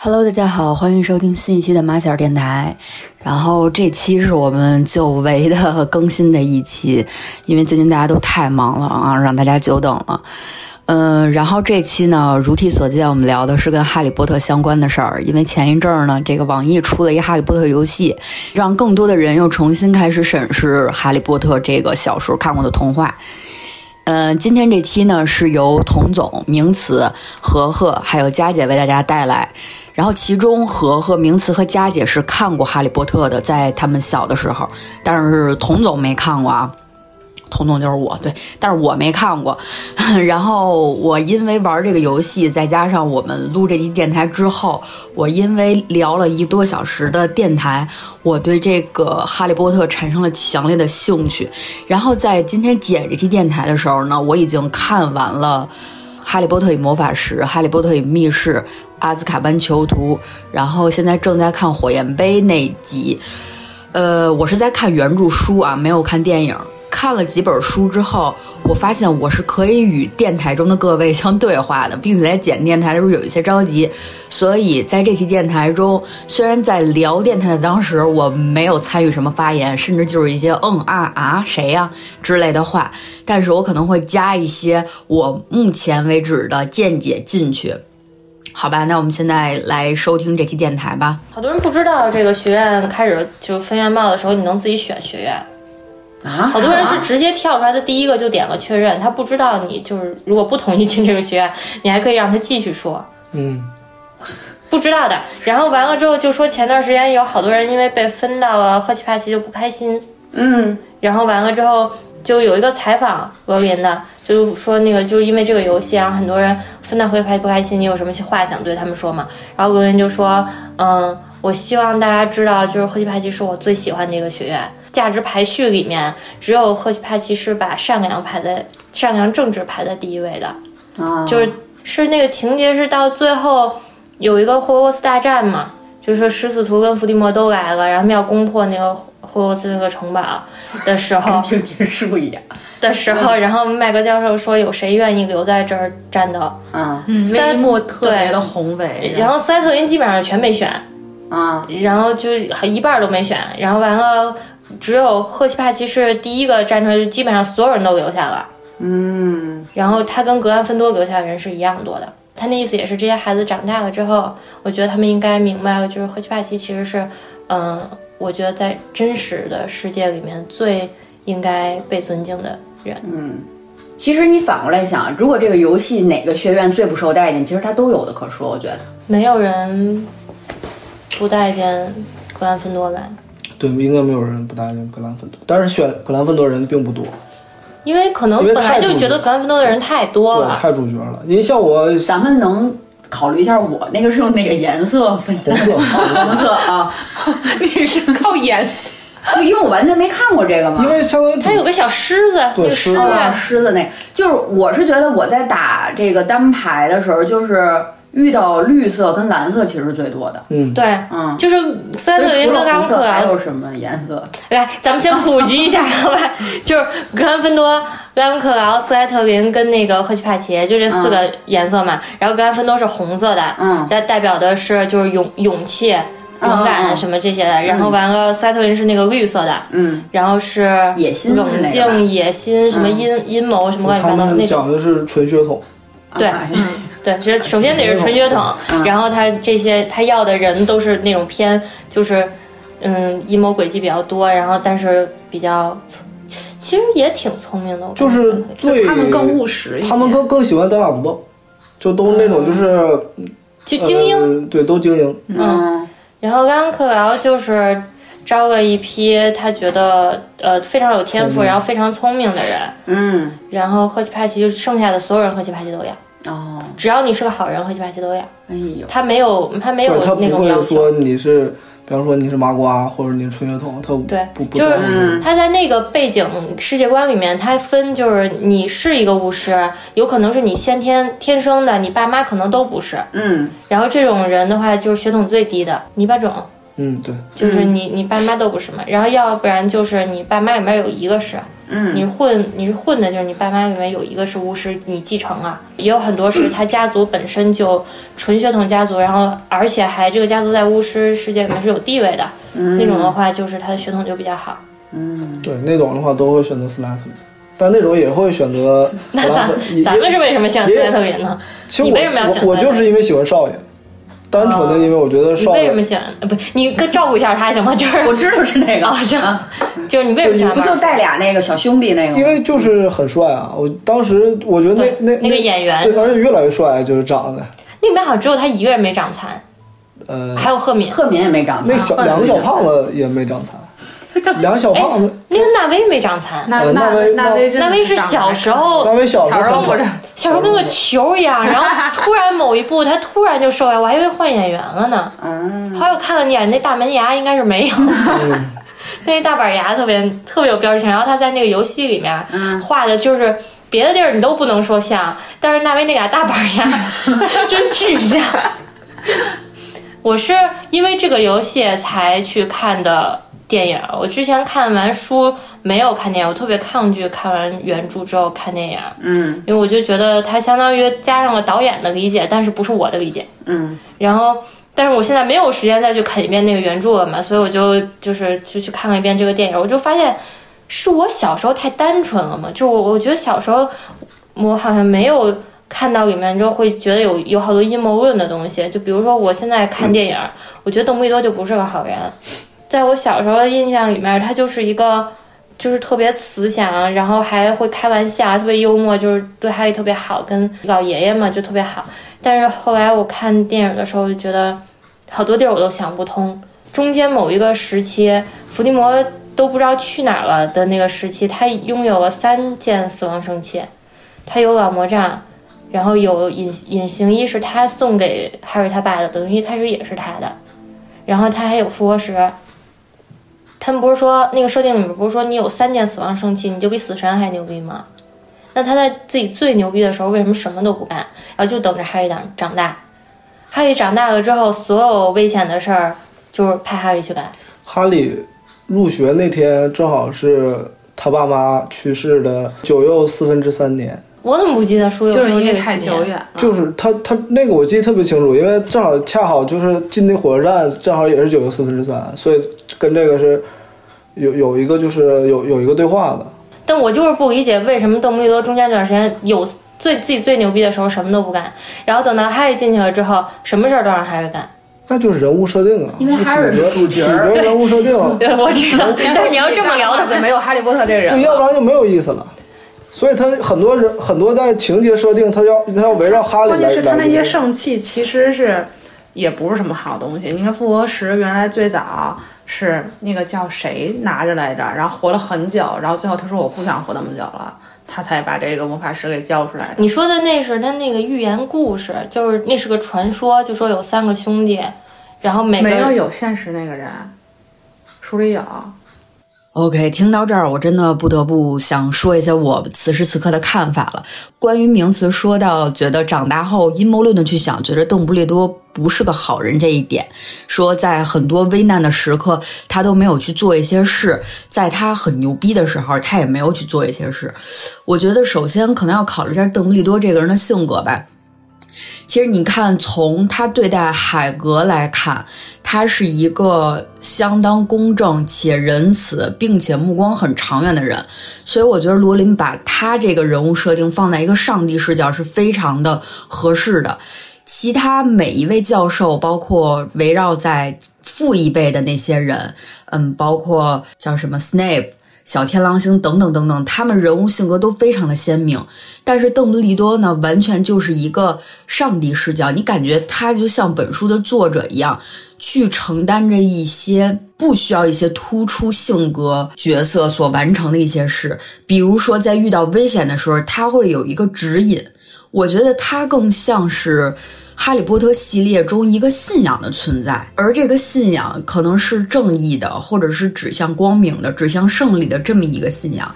Hello，大家好，欢迎收听新一期的马小电台。然后这期是我们久违的更新的一期，因为最近大家都太忙了啊，让大家久等了。嗯，然后这期呢，如题所见，我们聊的是跟《哈利波特》相关的事儿。因为前一阵儿呢，这个网易出了一个《哈利波特》游戏，让更多的人又重新开始审视《哈利波特》这个小时候看过的童话。嗯，今天这期呢是由童总、名词、和和还有佳姐为大家带来。然后其中和和名词和佳姐是看过《哈利波特》的，在他们小的时候，但是童总没看过啊。童总就是我，对，但是我没看过。 然后我因为玩这个游戏，再加上我们录这期电台之后，我因为聊了一个多小时的电台，我对这个《哈利波特》产生了强烈的兴趣。然后在今天剪这期电台的时候呢，我已经看完了《哈利波特与魔法石》《哈利波特与密室》《阿兹卡班囚徒》，然后现在正在看《火焰杯》那一集。呃，我是在看原著书啊，没有看电影。看了几本书之后，我发现我是可以与电台中的各位相对话的，并且在剪电台的时候有一些着急，所以在这期电台中，虽然在聊电台的当时我没有参与什么发言，甚至就是一些嗯啊啊谁呀、之类的话，但是我可能会加一些我目前为止的见解进去。好吧，那我们现在来收听这期电台吧。好多人不知道这个学院开始就分院报的时候，你能自己选学院。啊，好多人是直接跳出来的第一个就点了确认，他不知道你就是如果不同意进这个学院，你还可以让他继续说嗯，不知道的。然后完了之后就说前段时间有好多人因为被分到了赫奇帕奇就不开心，嗯，然后完了之后就有一个采访罗琳的，就是说那个就是因为这个游戏，然后很多人分到黑牌不开心，你有什么话想对他们说吗？然后罗琳就说，嗯，我希望大家知道，就是赫奇帕奇是我最喜欢的一个学院，价值排序里面只有赫奇帕奇是把善良排在善良正直排在第一位的，啊，就是是那个情节是到最后有一个霍格沃茨大战嘛，就是说食死徒跟伏地魔都来了，然后他们要攻破那个霍霍格沃茨那个城堡的时候听听书一样。的时候，然后麦格教授说有谁愿意留在这儿战斗，啊三那一幕特别对的宏伟，然后塞特林基本上全没选，啊，然后就一半儿都没选，然后完了。只有赫奇帕奇是第一个站出来，就基本上所有人都留下了。嗯，然后他跟格兰芬多留下的人是一样多的。他那意思也是，这些孩子长大了之后，我觉得他们应该明白了，就是赫奇帕奇其实是，嗯、我觉得在真实的世界里面最应该被尊敬的人。其实你反过来想，如果这个游戏哪个学院最不受待见，其实它都有的可说，我觉得。没有人不待见格兰芬多来，对，应该没有人不答应格兰芬多，但是选格兰芬多人并不多，因为可能因为本来太就注觉得重格兰芬多的人太多对，了。太主角了。因为像我咱们能考虑一下我那个是用哪个颜色分的？色 红色啊，你是靠颜 色。因为我完全没看过这个嘛因。为相当于主他有个小狮子，那对个狮狮子啊，子，狮子那，就是我是觉得我在打这个单排的时候，就是遇到绿色跟蓝色其实最多的。嗯，对，嗯，就是塞所特以林除跟了拉红克色还劳有什么颜色？来，咱 们先普及一下，好吧？就是格兰芬多、莱文克劳、斯莱特林跟那个赫奇帕奇，就这四个颜色嘛。然后格兰芬多是红色的，嗯它代表的是就是勇勇气、勇嗯嗯敢啊嗯什么这些的。然后完了，斯莱特林是那个绿色的，嗯，然后是野心是那个吧嗯冷静、野心、什么阴、阴谋什么乱七他八糟的们那种。讲的是纯血统，对啊对，是首先得哦是纯血统，嗯然后他这些他要的人都是那种偏就是，嗯，阴谋诡计比较多，然后但是比较聪，其实也挺聪明的，我就感觉是最他们更务实一点。他们更更喜欢单打独斗，就都那种就是、就哦精英。呃对，都精英。嗯，然后安克劳就是招了一批他觉得呃非常有天赋，然后非常聪明的人，嗯，然后赫奇帕奇就剩下的所有人赫奇帕奇都要，哦，只要你是个好人，赫奇帕奇都要。哎呦，他没有他没有对他那不种要会求。说你是，比方说你是麻瓜或者你是纯血统，他对不不就是在乎这个他在那个背景世界观里面，他分就是你是一个巫师，有可能是你先天天生的，你爸妈可能都不是。嗯，然后这种人的话，就是血统最低的泥巴种，嗯，对，就是你你爸妈都不是嘛，然后要不然就是你爸妈里面有一个是，嗯，你混你是混的，就是你爸妈里面有一个是巫师，你继承了，也有很多是他家族本身就纯血统家族，然后而且还这个家族在巫师世界里面是有地位的，那种的话就是他的血统就比较好。对那种的话都会选择斯拉特，但那种也会选择格 那兰咱芬。也咱们是为什么选斯莱特林呢？其实你我为什么要选我我斯莱就特是因为喜欢少爷，单纯的因为我觉得你少为爷什么选？呃不，你跟照顾一下他行吗？ 就是我知道是哪个，啊，这样就是你为什么选不马就尔？带俩那个小兄弟那个因吗？为就是很帅啊！我当时我觉得对那那那个演员对，而且越来越帅，就是长得，那边好像只有他一个人没长残，呃，还有赫敏，赫敏也没长残，那小赫敏两个小也没长胖子也没长 残，两个小胖子，那个纳威没长残，那呃那那威那威真的纳威是长得小还时可以候大卫小小时候候不是很哎小时候跟个球一样，然后突然某一部他突然就瘦下，我还以为换演员了呢。嗯，还有看看演那大门牙应该是没有，那大板牙特别特别有标志性。然后他在那个游戏里面画的就是别的地儿你都不能说像，但是那威那俩大板牙真巨像。我是因为这个游戏才去看的电影，我之前看完书没有看电影，我特别抗拒看完原著之后看电影。嗯因为我就觉得它相当于加上了导演的理解，但是不是我的理解。嗯，然后，但是我现在没有时间再去啃一遍那个原著了嘛，所以我就就是就去看了一遍这个电影，我就发现是我小时候太单纯了嘛，就我我觉得小时候我好像没有。看到里面之后会觉得有有好多阴谋论的东西，就比如说我现在看电影，我觉得邓布利多就不是个好人，在我小时候的印象里面，他就是一个就是特别慈祥，然后还会开玩笑，特别幽默，就是对哈利特别好，跟老爷爷嘛就特别好。但是后来我看电影的时候，就觉得好多地儿我都想不通。中间某一个时期，伏地魔都不知道去哪儿了的那个时期，他拥有了三件死亡圣器，他有老魔杖，然后有隐隐形衣是他送给 Harry 他爸的，等于一开始也是他的，然后他还有复活石，他们不是说那个设定里面不是说你有三件死亡圣器，你就比死神还牛逼吗？那他在自己最牛逼的时候，为什么什么都不干，然后就等着哈利长长大？哈利长大了之后，所有危险的事儿就是派哈利去干。哈利入学那天正好是他爸妈去世的九又四分之三年，我怎么不记得书有就是说因这为个太细节久远了， 就是他他那个我记得特别清楚，因为正好恰好就是进那火车站，正好也是九又四分之三，所以跟这个是有有一个就是有有一个对话的。但我就是不理解为什么邓布利多中间这段时间有最自己最牛逼的时候什么都不干，然后等到哈利进去了之后，什么事儿都让哈利 干。那就是人物设定啊，因为哈利是主主角主角人物设定，对，我知道， 但是你要这么聊的话就，没有哈利波特这个人对，了。要不然就没有意思了。所以他很多人很多在情节设定，他要他要围绕哈利来关键是他来那围些圣器其实是也不是什么好东西。你看复活石原来最早是那个叫谁拿着来着，然后活了很久，然后最后他说我不想活那么久了，他才把这个魔法石给交出来的。你说的那是他那个寓言故事，就是那是个传说，就说有三个兄弟，然后每个没有有现实那个人，书里有。 OK，听到这儿，我真的不得不想说一下我此时此刻的看法了。关于名词说到觉得长大后阴谋论的去想，觉得邓布利多不是个好人这一点，说在很多危难的时刻他都没有去做一些事，在他很牛逼的时候他也没有去做一些事。我觉得首先可能要考虑一下邓布利多这个人的性格吧。其实你看，从他对待海格来看，他是一个相当公正且仁慈，并且目光很长远的人，所以我觉得罗琳把他这个人物设定放在一个上帝视角是非常的合适的。其他每一位教授，包括围绕在父一辈的那些人，嗯，包括叫什么 Snape、小天狼星等等等等，他们人物性格都非常的鲜明。但是邓布利多呢，完全就是一个上帝视角，你感觉他就像本书的作者一样，去承担着一些不需要一些突出性格角色所完成的一些事，比如说在遇到危险的时候，他会有一个指引。我觉得他更像是《哈利波特》系列中一个信仰的存在，而这个信仰可能是正义的，或者是指向光明的、指向胜利的这么一个信仰。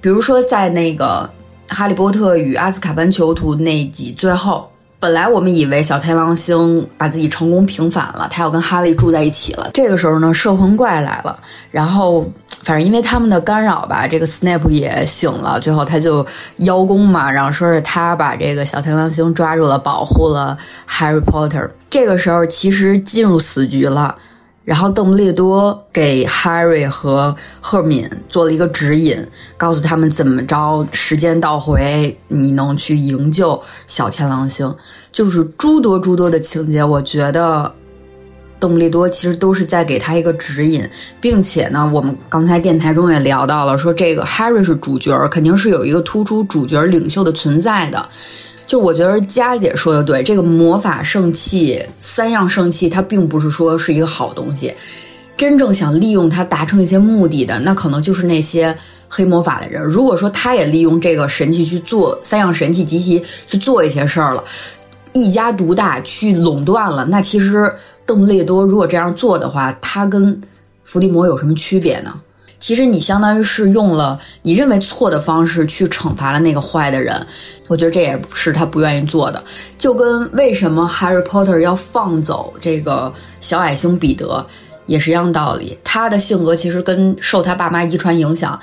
比如说在那个《哈利波特与阿兹卡班囚徒》那一集最后，本来我们以为小太郎星把自己成功平反了，他要跟哈利住在一起了。这个时候呢，摄魂怪来了，然后反正因为他们的干扰吧，这个 Snape 也醒了，最后他就邀功嘛，然后说是他把这个小太郎星抓住了，保护了 Harry Potter。这个时候其实进入死局了。然后邓布利多给 Harry 和赫敏做了一个指引，告诉他们怎么着时间倒回，你能去营救小天狼星，就是诸多诸多的情节，我觉得。邓布利多其实都是在给他一个指引，并且呢，我们刚才电台中也聊到了，说这个 Harry 是主角，肯定是有一个突出主角领袖的存在的。就我觉得佳姐说的对，这个魔法圣器三样圣器，它并不是说是一个好东西。真正想利用它达成一些目的的，那可能就是那些黑魔法的人。如果说他也利用这个神器去做三样神器集齐去做一些事儿了，一家独大去垄断了，那其实邓布利多如果这样做的话，他跟伏地魔有什么区别呢？其实你相当于是用了你认为错的方式去惩罚了那个坏的人，我觉得这也是他不愿意做的。就跟为什么 Harry Potter 要放走这个小矮星彼得也是一样道理。他的性格其实跟受他爸妈遗传影响。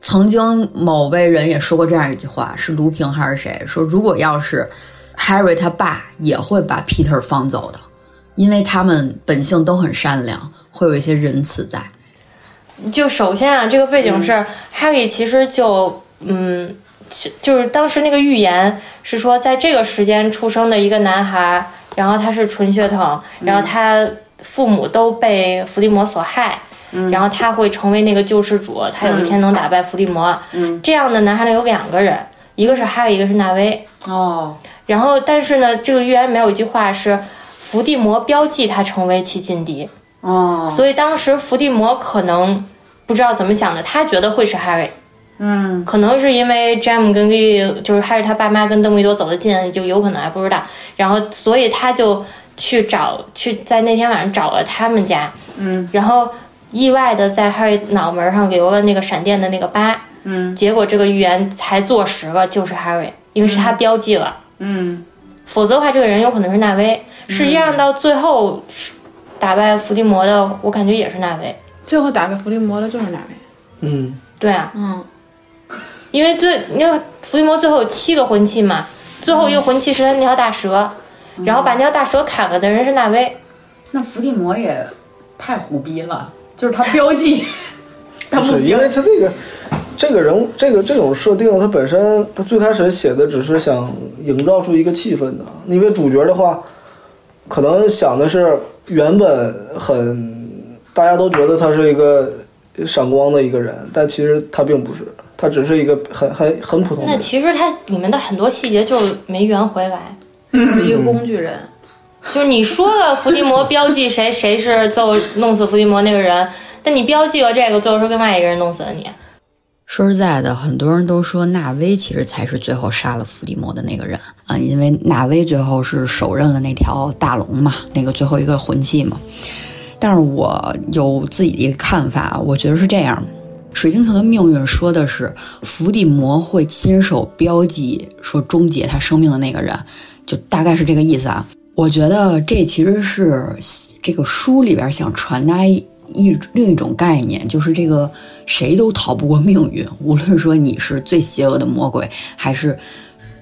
曾经某位人也说过这样一句话，是卢平还是谁说，如果要是 Harry 他爸也会把 Peter 放走的，因为他们本性都很善良，会有一些仁慈在。就首先啊，这个背景是、哈利其实就嗯，就就是当时那个预言是说，在这个时间出生的一个男孩，然后他是纯血统，然后他父母都被伏地魔所害。然后他会成为那个救世主，他有一天能打败伏地魔。嗯、这样的男孩呢有两个人，一个是哈利，一个是纳威。哦，然后，但是呢，这个预言里面有一句话是伏地魔标记他成为其劲敌，哦，所以当时伏地魔可能不知道怎么想的，他觉得会是 Harry。嗯，可能是因为 Jam 跟 Lily 就是 Harry 他爸妈跟邓布利多走得近，就有可能还不知道。然后，所以他就去找去在那天晚上找了他们家，嗯，然后意外的在 Harry 脑门上留了那个闪电的那个疤，嗯，结果这个预言才坐实了，就是 Harry，因为是他标记了，嗯，否则的话，这个人有可能是纳威。实际上到最后打败伏地魔的，我感觉也是纳威。最后打败伏地魔的就是哪位？嗯，对啊，嗯，因为最因为伏地魔最后有七个魂器嘛，最后一个魂器是那条大蛇，嗯然后把那条大蛇砍了的人是纳威。那伏地魔也太虎逼了，就是他标记， 他不不是，因标为他这个这个人物这个这种设定，他本身他最开始写的只是想营造出一个气氛的，因为主角的话，可能想的是原本很大家都觉得他是一个闪光的一个人，但其实他并不是，他只是一个很很很嗯普通的那人。其实它里面的很多细节就是没圆回来，就是一个工具人。就是你说了伏地魔标记 谁谁是最后弄死伏地魔那个人，但你标记了这个，最后是另外一个人弄死了你。说实在的，很多人都说纳威其实才是最后杀了伏地魔的那个人啊、嗯因为纳威最后是手刃了那条大龙嘛，那个最后一个魂器嘛。但是我有自己的一个看法，啊我觉得是这样：水晶球的命运说的是伏地魔会亲手标记说终结他生命的那个人，就大概是这个意思啊。我觉得这其实是这个书里边想传达一一另一种概念，就是这个谁都逃不过命运，无论说你是最邪恶的魔鬼，还是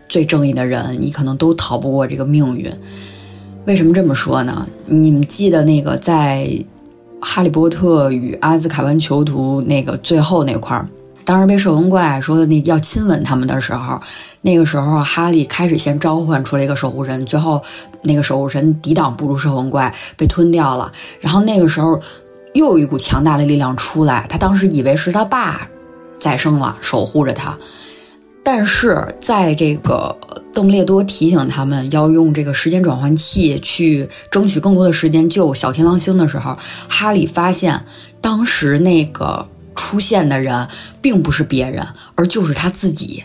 最正义的人，你可能都逃不过这个命运。为什么这么说呢？你们记得那个在《哈利波特与阿兹卡班囚徒》那个最后那块儿，当时被摄魂怪说的那要亲吻他们的时候，那个时候哈利开始先召唤出了一个守护神，最后那个守护神抵挡不住摄魂怪，被吞掉了。然后那个时候又有一股强大的力量出来，他当时以为是他爸再生了，守护着他。但是在这个邓布利多提醒他们要用这个时间转换器去争取更多的时间救小天狼星的时候，哈利发现当时那个出现的人并不是别人，而就是他自己。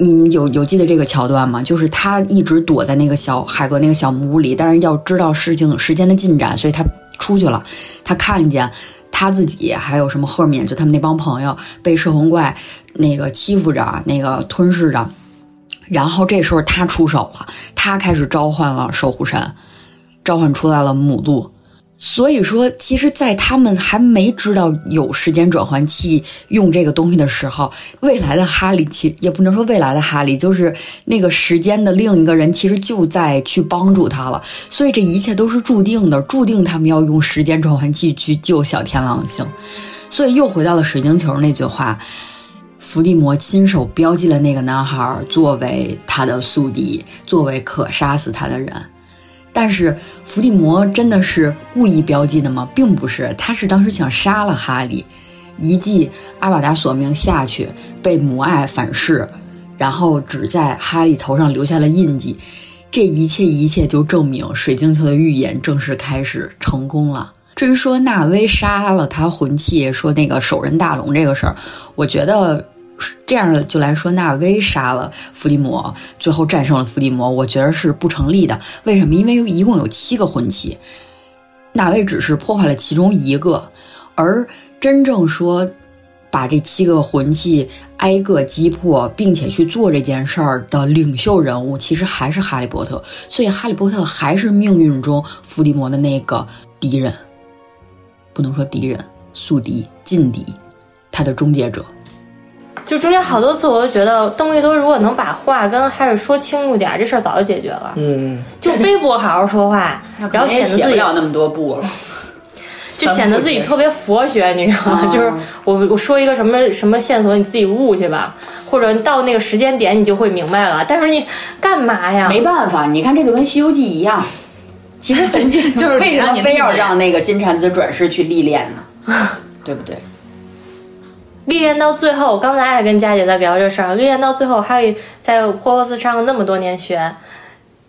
你们有有记得这个桥段吗？就是他一直躲在那个小海格那个小木屋里，但是要知道事情时间的进展，所以他出去了。他看见他自己还有什么赫敏，就他们那帮朋友被摄魂怪那个欺负着，那个吞噬着。然后这时候他出手了，他开始召唤了守护神，召唤出来了母鹿。所以说，其实，在他们还没知道有时间转换器用这个东西的时候，未来的哈利其也不能说未来的哈利，就是那个时间的另一个人，其实就在去帮助他了。所以这一切都是注定的，注定他们要用时间转换器去救小天狼星。所以又回到了水晶球那句话，伏地魔亲手标记了那个男孩作为他的宿敌，作为可杀死他的人。但是伏地魔真的是故意标记的吗？并不是，他是当时想杀了哈利，一记阿瓦达索命下去，被母爱反噬，然后只在哈利头上留下了印记。这一切一切就证明水晶球的预言正式开始成功了。至于说纳威杀了他魂器，说那个手刃大龙这个事儿，我觉得这样的就来说，纳威杀了伏地魔，最后战胜了伏地魔，我觉得是不成立的。为什么？因为一共有七个魂器，纳威只是破坏了其中一个，而真正说把这七个魂器挨个击破，并且去做这件事儿的领袖人物，其实还是哈利波特。所以，哈利波特还是命运中伏地魔的那个敌人，不能说敌人，宿敌、劲敌，他的终结者。就中间好多次，我都觉得邓布利多如果能把话跟哈尔说清楚点儿，这事儿早就解决了。嗯，就菲博好好说话，然后显得哎写自不己了那么多步了。就显得自己特别佛学，你知啊道吗？就是我我说一个什么什么线索，你自己悟去吧，或者你到那个时间点你就会明白了。但是你干嘛呀？没办法，你看这就跟《西游记》一样，其实很就是 为什么非要让那个金蝉子转世去历练呢？ 对不对？历练到最后，我刚才还跟佳姐在聊这事儿，历练到最后，哈利在霍霍斯上了那么多年学，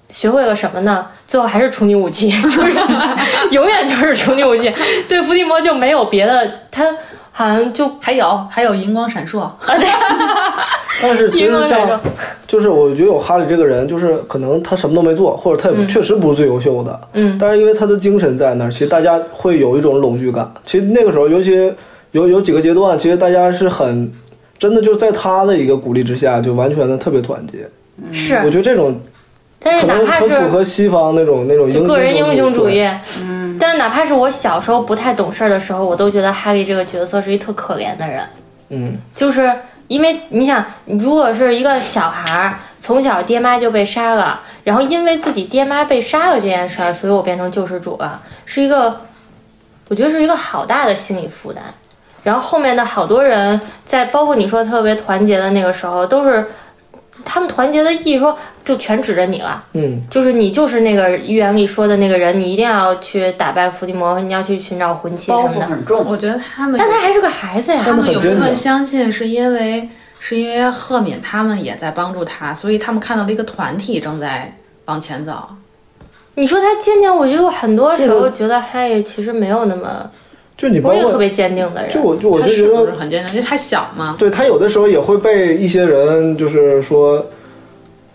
学会了什么呢？最后还是处女武器， 就是永远就是处女武器。对伏地魔就没有别的，他好像 就啊还有还有银光闪烁，但 是其英文实来着像，就是我觉得有哈利这个人，就是可能他什么都没做，或者他也不确实不是最优秀的，嗯但是因为他的精神在那儿，其实大家会有一种拢聚感。其实那个时候，尤其有有几个阶段，其实大家是很真的就在他的一个鼓励之下，就完全的特别团结。是我，觉得这种哎但可是哪能怕很是符合西方那种那种就英个人英雄主义。义对。嗯，但是哪怕是我小时候不太懂事儿的时候，我都觉得哈利这个角色是一特可怜的人，嗯，就是因为你想，如果是一个小孩儿，从小爹妈就被杀了，然后因为自己爹妈被杀了这件事儿，所以我变成救世主了，是一个，我觉得是一个好大的心理负担。然后后面的好多人在，包括你说特别团结的那个时候，都是他们团结的意义说，就全指着你了。嗯，就是你就是那个预言里说的那个人，你一定要去打败伏地魔，你要去寻找魂器包什么袱的。很重。我觉得他们但他还是个孩子呀，他们很有部坚分强相信是因为是因为赫敏他们也在帮助他，所以他们看到了一个团体正在往前走。你说他坚定，我觉得我很多时候觉得哈利其实没有那么，就你包我也特括别坚定的就人。我就我他就是觉不得是很坚强？因为他小嘛。对他有的时候也会被一些人就是说，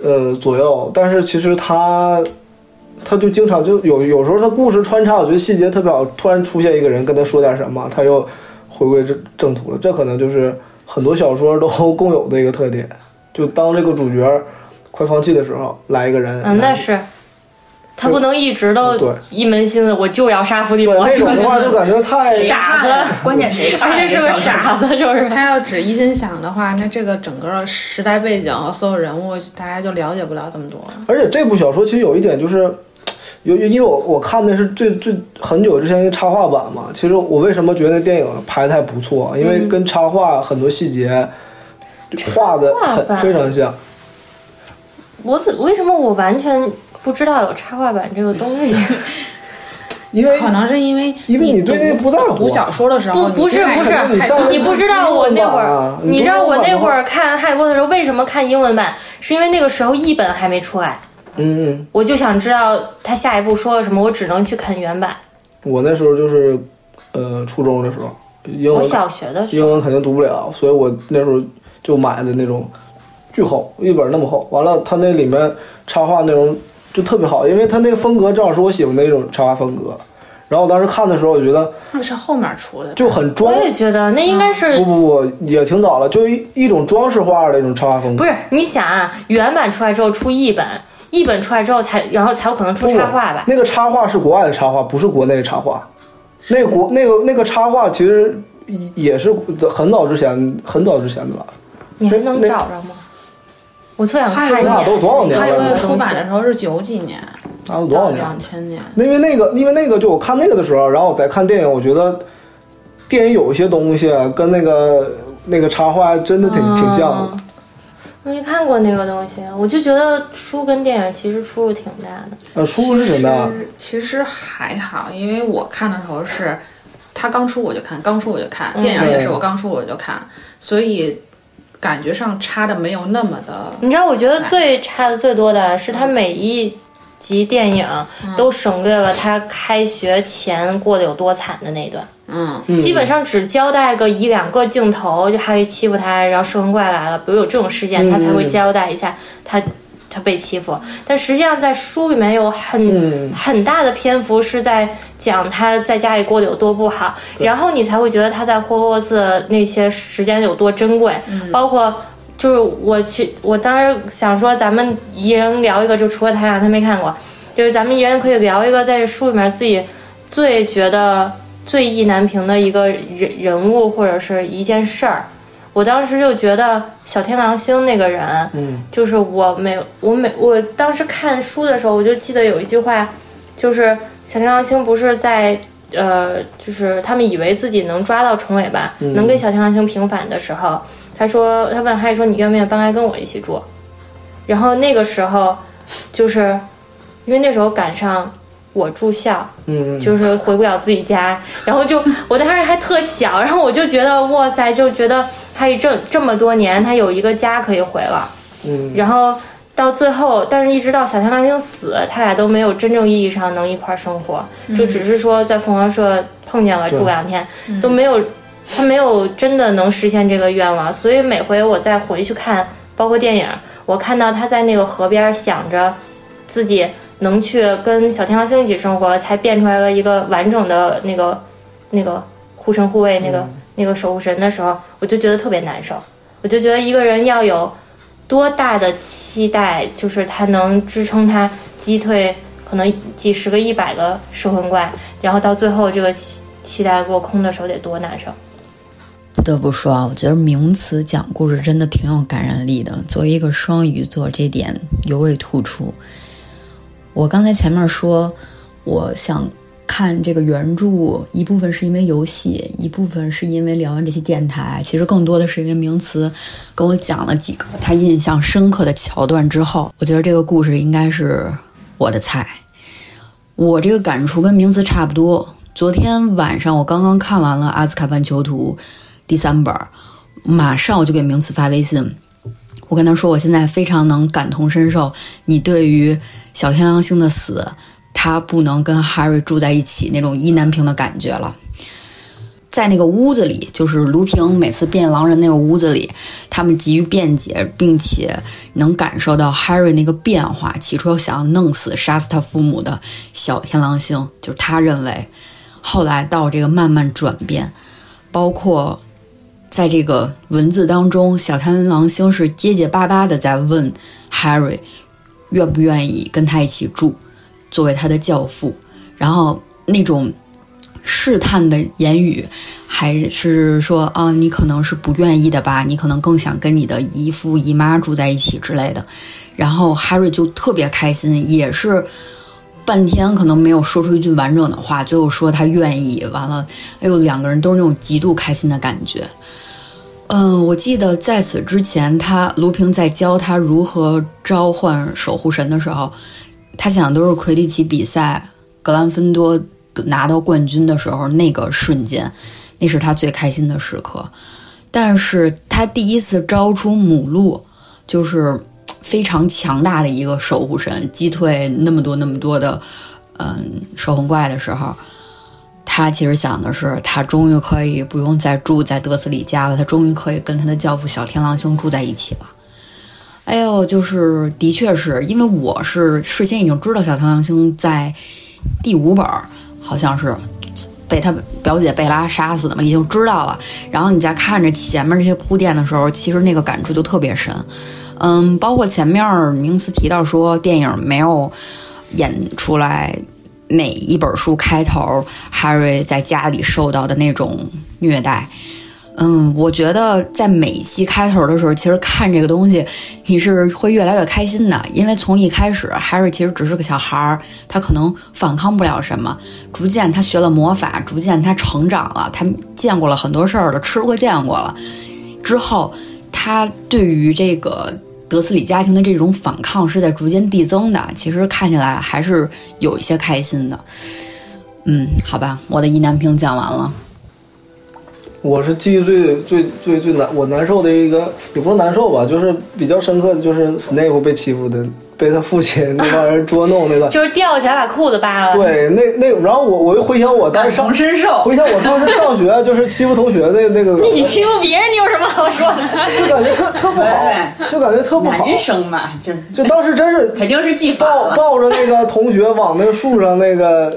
呃左右，但是其实他，他就经常就有有时候他故事穿插，我觉得细节特别好，突然出现一个人跟他说点什么，他又回归正正途了。这可能就是很多小说都 共有的一个特点，就当这个主角快放弃的时候，来一个人，嗯，来那是，他不能一直对都一门心思，我就要杀伏地对魔，那种的 话就哎感觉太傻子，关键谁看而呀？且是个这小孩傻子，就是他要只一心想的话，那这个整个时代背景和所有人物，大家就了解不了这么多了。而且这部小说其实有一点就是，由于因为我我看的是最最很久之前一个插画版嘛，其实我为什么觉得那电影拍的还不错，啊因为跟插画很多细节就画的嗯插画很版非常像。我怎为什么我完全不知道有插画版这个东西？因为可能是因为因为你对那不在乎读小说的时哦候不不是你不是太上太你不知道我那会儿，啊你知道我那会儿看《哈利波特》的时候为什么看英文版？是因为那个时候译本还没出来，嗯，嗯我就想知道他下一步说了什么，我只能去啃原版。我那时候就是呃初中的时候，英我文小学的时英候，文肯定读不了，所以我那时候就买的那种巨厚一本那么厚，完了它那里面插画内容就特别好，因为它那个风格正好是我喜欢的一种插画风格。然后我当时看的时候，我觉得那是后面出的，就很装我，也觉得那应该是不不不，也挺早了，就一一种装饰化的一种插画风不。格是？你想啊，原版出来之后出译本，译本出来之后才，然后才有可能出不插画吧？那个插画是国外的插画，不是国内的插画。那个国那个那个插画其实也是很早之前很早之前的了，你还能那找着吗？我特想还看有一那那都眼。多少年他了这那个个？出版的时候是九几年，那都多到少年？两千年。因为那个，因为那个，就我看那个的时候，然后我再看电影，我觉得电影有一些东西啊跟那个那个插画真的挺、挺像的。我没看过那个东西，我就觉得书跟电影其实出入挺大的。呃，书是挺大的，其实其实还好，因为我看的时候是，他刚出我就看，刚出我就看，嗯电影也是我刚出我就看，所以感觉上差的没有那么的。你知道，我觉得最差的最多的是他每一集电影都省略了他开学前过得有多惨的那一段，嗯，基本上只交代个一两个镜头，就哈利欺负他，然后摄魂怪来了，比如有这种事件，他才会交代一下他他被欺负。但实际上在书里面有很、嗯很大的篇幅是在讲他在家里过得有多不好，然后你才会觉得他在霍格沃茨那些时间有多珍贵，包括。就是我去，我当时想说，咱们一人聊一个，就除了他俩，他没看过，就是咱们一人可以聊一个在书里面自己最觉得最意难平的一个人人物或者是一件事儿。我当时就觉得小天狼星那个人，嗯，就是我每我每我当时看书的时候，我就记得有一句话，就是小天狼星不是在呃，就是他们以为自己能抓到虫尾巴，能给小天狼星平反的时候，他说他问哈利说你愿不愿意搬来跟我一起住？然后那个时候，就是因为那时候赶上我住校，嗯，就是回不了自己家，然后就我当时还特小，然后我就觉得哇塞，就觉得他这这么多年，他有一个家可以回了，嗯，然后到最后，但是一直到小天狼星死，他俩都没有真正意义上能一块儿生活，嗯就只是说在凤凰社碰见了住两天，都没有，他没有真的能实现这个愿望，所以每回我再回去看，包括电影，我看到他在那个河边想着自己能去跟小天狼星一起生活，才变出来了一个完整的那个那个护神护卫那个、那个守护神的时候，我就觉得特别难受。我就觉得一个人要有多大的期待，就是他能支撑他击退可能几十个、一百个噬魂怪，然后到最后这个期期待落空的时候得多难受。不得不说啊，我觉得名词讲故事真的挺有感染力的。作为一个双鱼座，这点尤为突出。我刚才前面说，我想看这个原著，一部分是因为游戏，一部分是因为聊完这期电台，其实更多的是因为名词跟我讲了几个他印象深刻的桥段之后，我觉得这个故事应该是我的菜。我这个感触跟名词差不多。昨天晚上我刚刚看完了《阿兹卡班囚徒》第三本儿，马上我就给名词发微信，我跟他说我现在非常能感同身受，你对于小天狼星的死，他不能跟 Harry 住在一起那种意难平的感觉了。在那个屋子里，就是卢平每次变狼人那个屋子里，他们急于辩解，并且能感受到 Harry 那个变化。起初想要弄死、杀死他父母的小天狼星，就是他认为，后来到这个慢慢转变，包括在这个文字当中，小贪狼星是结结巴巴的在问 Harry 愿不愿意跟他一起住，作为他的教父，然后那种试探的言语，还是说啊，你可能是不愿意的吧，你可能更想跟你的姨父姨妈住在一起之类的，然后 Harry 就特别开心，也是。半天可能没有说出一句完整的话，最后说他愿意，完了，哎呦，两个人都是那种极度开心的感觉。嗯，我记得在此之前，他卢平在教他如何召唤守护神的时候，他讲的都是魁地奇比赛格兰芬多拿到冠军的时候那个瞬间，那是他最开心的时刻。但是他第一次招出母鹿，就是非常强大的一个守护神，击退那么多那么多的嗯守魂怪的时候，他其实想的是，他终于可以不用再住在德斯里家了，他终于可以跟他的教父小天狼星住在一起了。哎呦，就是的确是因为我是事先已经知道小天狼星在第五本儿好像是被他表姐贝拉杀死的嘛，已经知道了。然后你再看着前面这些铺垫的时候，其实那个感触就特别深。嗯，包括前面名词提到说电影没有演出来每一本书开头 Harry 在家里受到的那种虐待。嗯，我觉得在每一期开头的时候，其实看这个东西，你是会越来越开心的，因为从一开始，Harry 其实只是个小孩儿，他可能反抗不了什么。逐渐他学了魔法，逐渐他成长了，他见过了很多事儿了，吃过见过了，之后他对于这个德斯里家庭的这种反抗是在逐渐递增的。其实看起来还是有一些开心的。嗯，好吧，我的意难平讲完了。我是记忆最最最最难，我难受的一个，也不是难受吧，就是比较深刻的就是 Snape 被欺负的，被他父亲那帮人捉弄那个。 就是啊掉起来把裤子扒了。对，那那，然后我我又回想我当时上同，身受，回想我当时上学就是欺负同学的那个，你欺负别人，你有什么好说 的？就感觉特特不好，就感觉特不好，男生嘛，就是就当时真是肯定是记反抱了。抱着那个同学往那个树上那个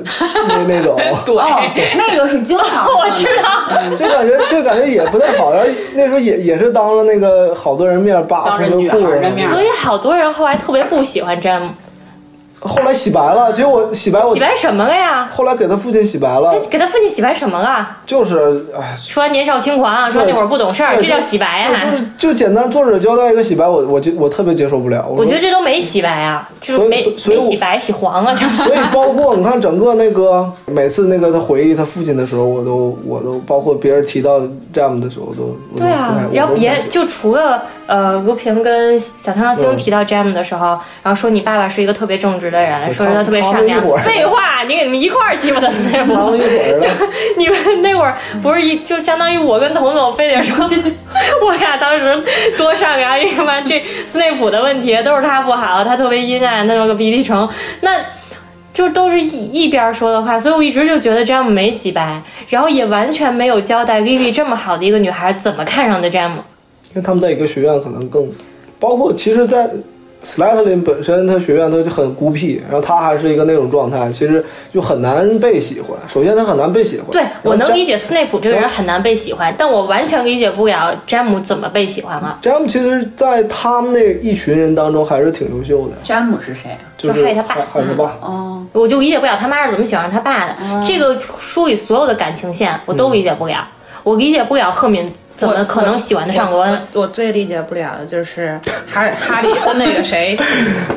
那那 种，哦，那个是经常我知道，就感觉就感觉也不太好。然后那时候也也是当着那个好多人面扒当着同学裤女孩子儿的面所以好多人后来特别不喜欢詹姆，后来洗白了，结果洗白我洗白什么了呀？后来给他父亲洗白了他，给他父亲洗白什么了？就是哎，说年少轻狂啊，说那会儿不懂事儿，对这叫洗白对啊就。是就简单作者交代一个洗白，我我就我特别接受不了。我说觉得这都没洗白啊，就所是以没所以没我洗白，洗黄啊了。所以包括你看整个那个每次那个他回忆他父亲的时候，我都我都包括别人提到詹姆的时候，我都我都对不太啊，然后我都不太别喜欢就除了呃吴平跟小唐小星嗯提到詹姆的时候，然后说你爸爸是一个特别正直的人，对说他他特别他善们一良伙。儿废话，你你们一块儿欺负的斯 人他吗们？一会儿 你们那会儿不是一就相当于我跟童总非得说， 我俩当时多善良，因为什么这斯内普的问题都是他不好，他特别阴暗，那么个鼻涕虫，那就都是一一边儿说的话，所以我一直就觉得詹姆没洗白，然后也完全没有交代 Lily 这么好的一个女孩怎么看上的詹姆。因为他们在一个学院可能更，包括其实，在 Slatling 本身他学院他就很孤僻，然后他还是一个那种状态，其实就很难被喜欢。首先他很难被喜欢，对我能理解。解斯内普这个人很难被喜欢，但我完全理解不了詹姆怎么被喜欢啊了，詹姆其实，在他们那一群人当中还是挺优秀的，詹姆是谁？啊就就是害他爸害害他爸。哦，我就理解不了他妈是怎么喜欢他爸的。嗯这个书里所有的感情线我都理解不了，我理解不了赫敏怎么可能喜欢得上罗恩。我我最理解不了的就是哈哈利跟那 个谁，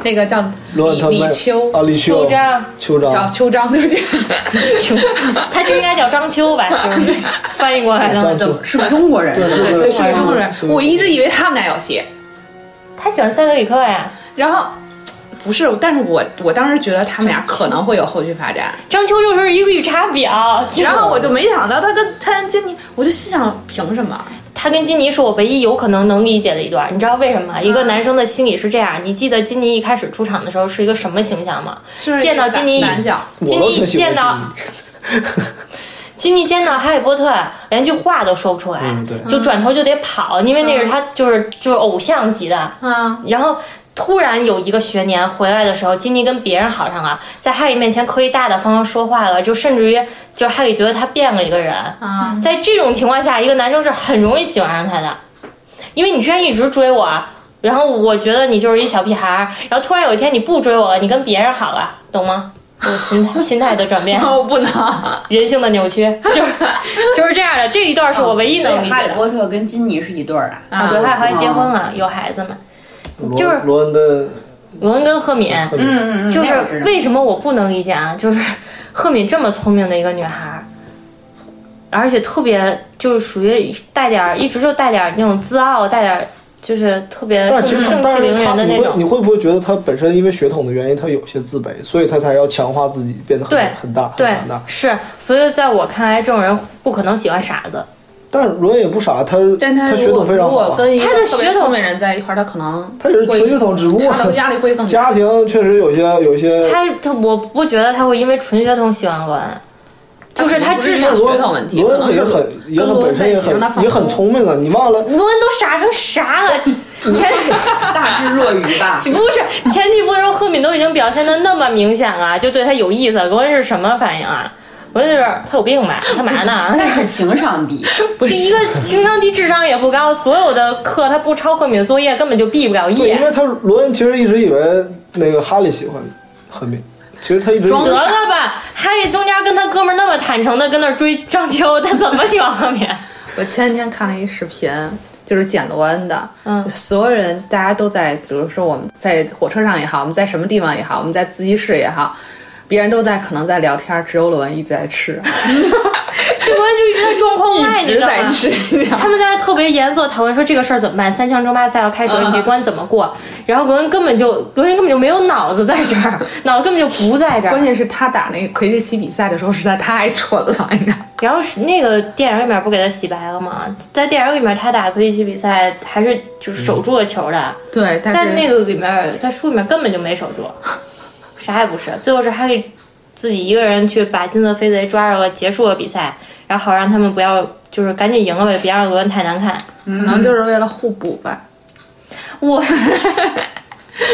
那个叫罗恩李他李们秋啊，李秋章秋叫章，秋章，对 不起，他就应该叫张秋 吧，就是翻译过来张的。怎秋么是个中国人？对是对，是个中国人是。我一直以为他们俩有戏，他喜欢塞德里克呀，然后不是，但是我我当时觉得他们俩可能会有后续发展，张秋就是一个绿茶婊。 然后我就没想到他跟他跟金妮，我就心想凭什么？他跟金妮是我唯一有可能能理解的一段，你知道为什么嗯吗？一个男生的心理是这样。你记得金妮一开始出场的时候是一个什么形象吗？是见到金妮胆小，我金都妮挺喜欢见到金妮见到哈利波特，连句话都说不出来，嗯对就转头就得跑，因为那是他就是、就是偶像级的。嗯，然后突然有一个学年回来的时候，金妮跟别人好上了，在哈利面前可以大大方方说话了，就甚至于就哈利觉得他变了一个人。 啊在这种情况下，一个男生是很容易喜欢上他的，因为你之前一直追我，然后我觉得你就是一小屁孩儿，然后突然有一天你不追我了，你跟别人好了，懂吗？就是心态 心态的转变，我 哦不能。人性的扭曲，就是就是这样的。这一段是我唯一所能以理哈解利的。波特跟金妮是一对儿啊。啊，对，他后来哦结婚了，有孩子嘛。罗就是罗恩的，罗恩跟赫敏，嗯，嗯嗯就那我知是道为什么我不能理解啊？就是赫敏这么聪明的一个女孩儿，而且特别就是属于带点儿，一直就带点儿那种自傲，带点儿就是特别但其盛实盛但气是凌人他的你那会你种。会不会觉得他本身因为血统的原因，他有些自卑，所以他才要强化自己，变得很对很大很对强大。，是，所以在我看来，这种人不可能喜欢傻子。但是罗恩也不傻，他但他如血果统非常如好果啊，跟一个他的特别血统聪明人在一块儿，他可能他也是会纯血统，只不过他的压力会更 大。家庭确实有些有些。他他，我不觉得他会因为纯血统喜欢罗恩，就是他不至是少因为血统问题，罗可能恩是也很也跟很罗本恩在身一也起让他很放也很聪明啊！你忘了罗恩都傻成啥了？前。大智若愚吧 不是前提不是说赫敏都已经表现的那么明显了，就对他有意思，罗恩是什么反应啊？我就觉得他有病吧，干嘛 呢？ 那是情商低，第一个情商低，智商也不高，所有的课他不抄赫敏的作业，根本就毕不了对，业因。为他罗恩其实一直以为那个哈利喜欢赫敏，其实他一直装得了吧，哈利中间跟他哥们儿那么坦诚的跟那儿追章丘，他怎么喜欢赫敏？ 我前几天看了一视频，就是简罗恩的，就所有人大家都在，比如说我们在火车上也好，我们在什么地方也好，我们在自习室也好，别人都在可能在聊天，只有罗恩一直在吃，这罗恩就一直在状况外， 一你知直道在吗？吃。 他们在那儿特别严肃地讨论说这个事儿怎么办，三强争霸赛要开始了，嗯你这关怎么过？然后罗恩根本就罗恩根本就没有脑子在这儿， 脑子根本就不在这儿关。键是他打那个魁地奇比赛的时候实在太蠢了，你知道吗。然后是那个电影里面不给他洗白了吗？在电影里面他打魁地奇比赛还是就是守住了球的，对，但在是那个里面在书里面根本就没守住， 啥也不是。最后是哈利自己一个人去把金色飞贼抓着了，结束了比赛，然后好让他们不要就是赶紧赢了呗，别让罗恩太难看。可能就是为了互补吧。我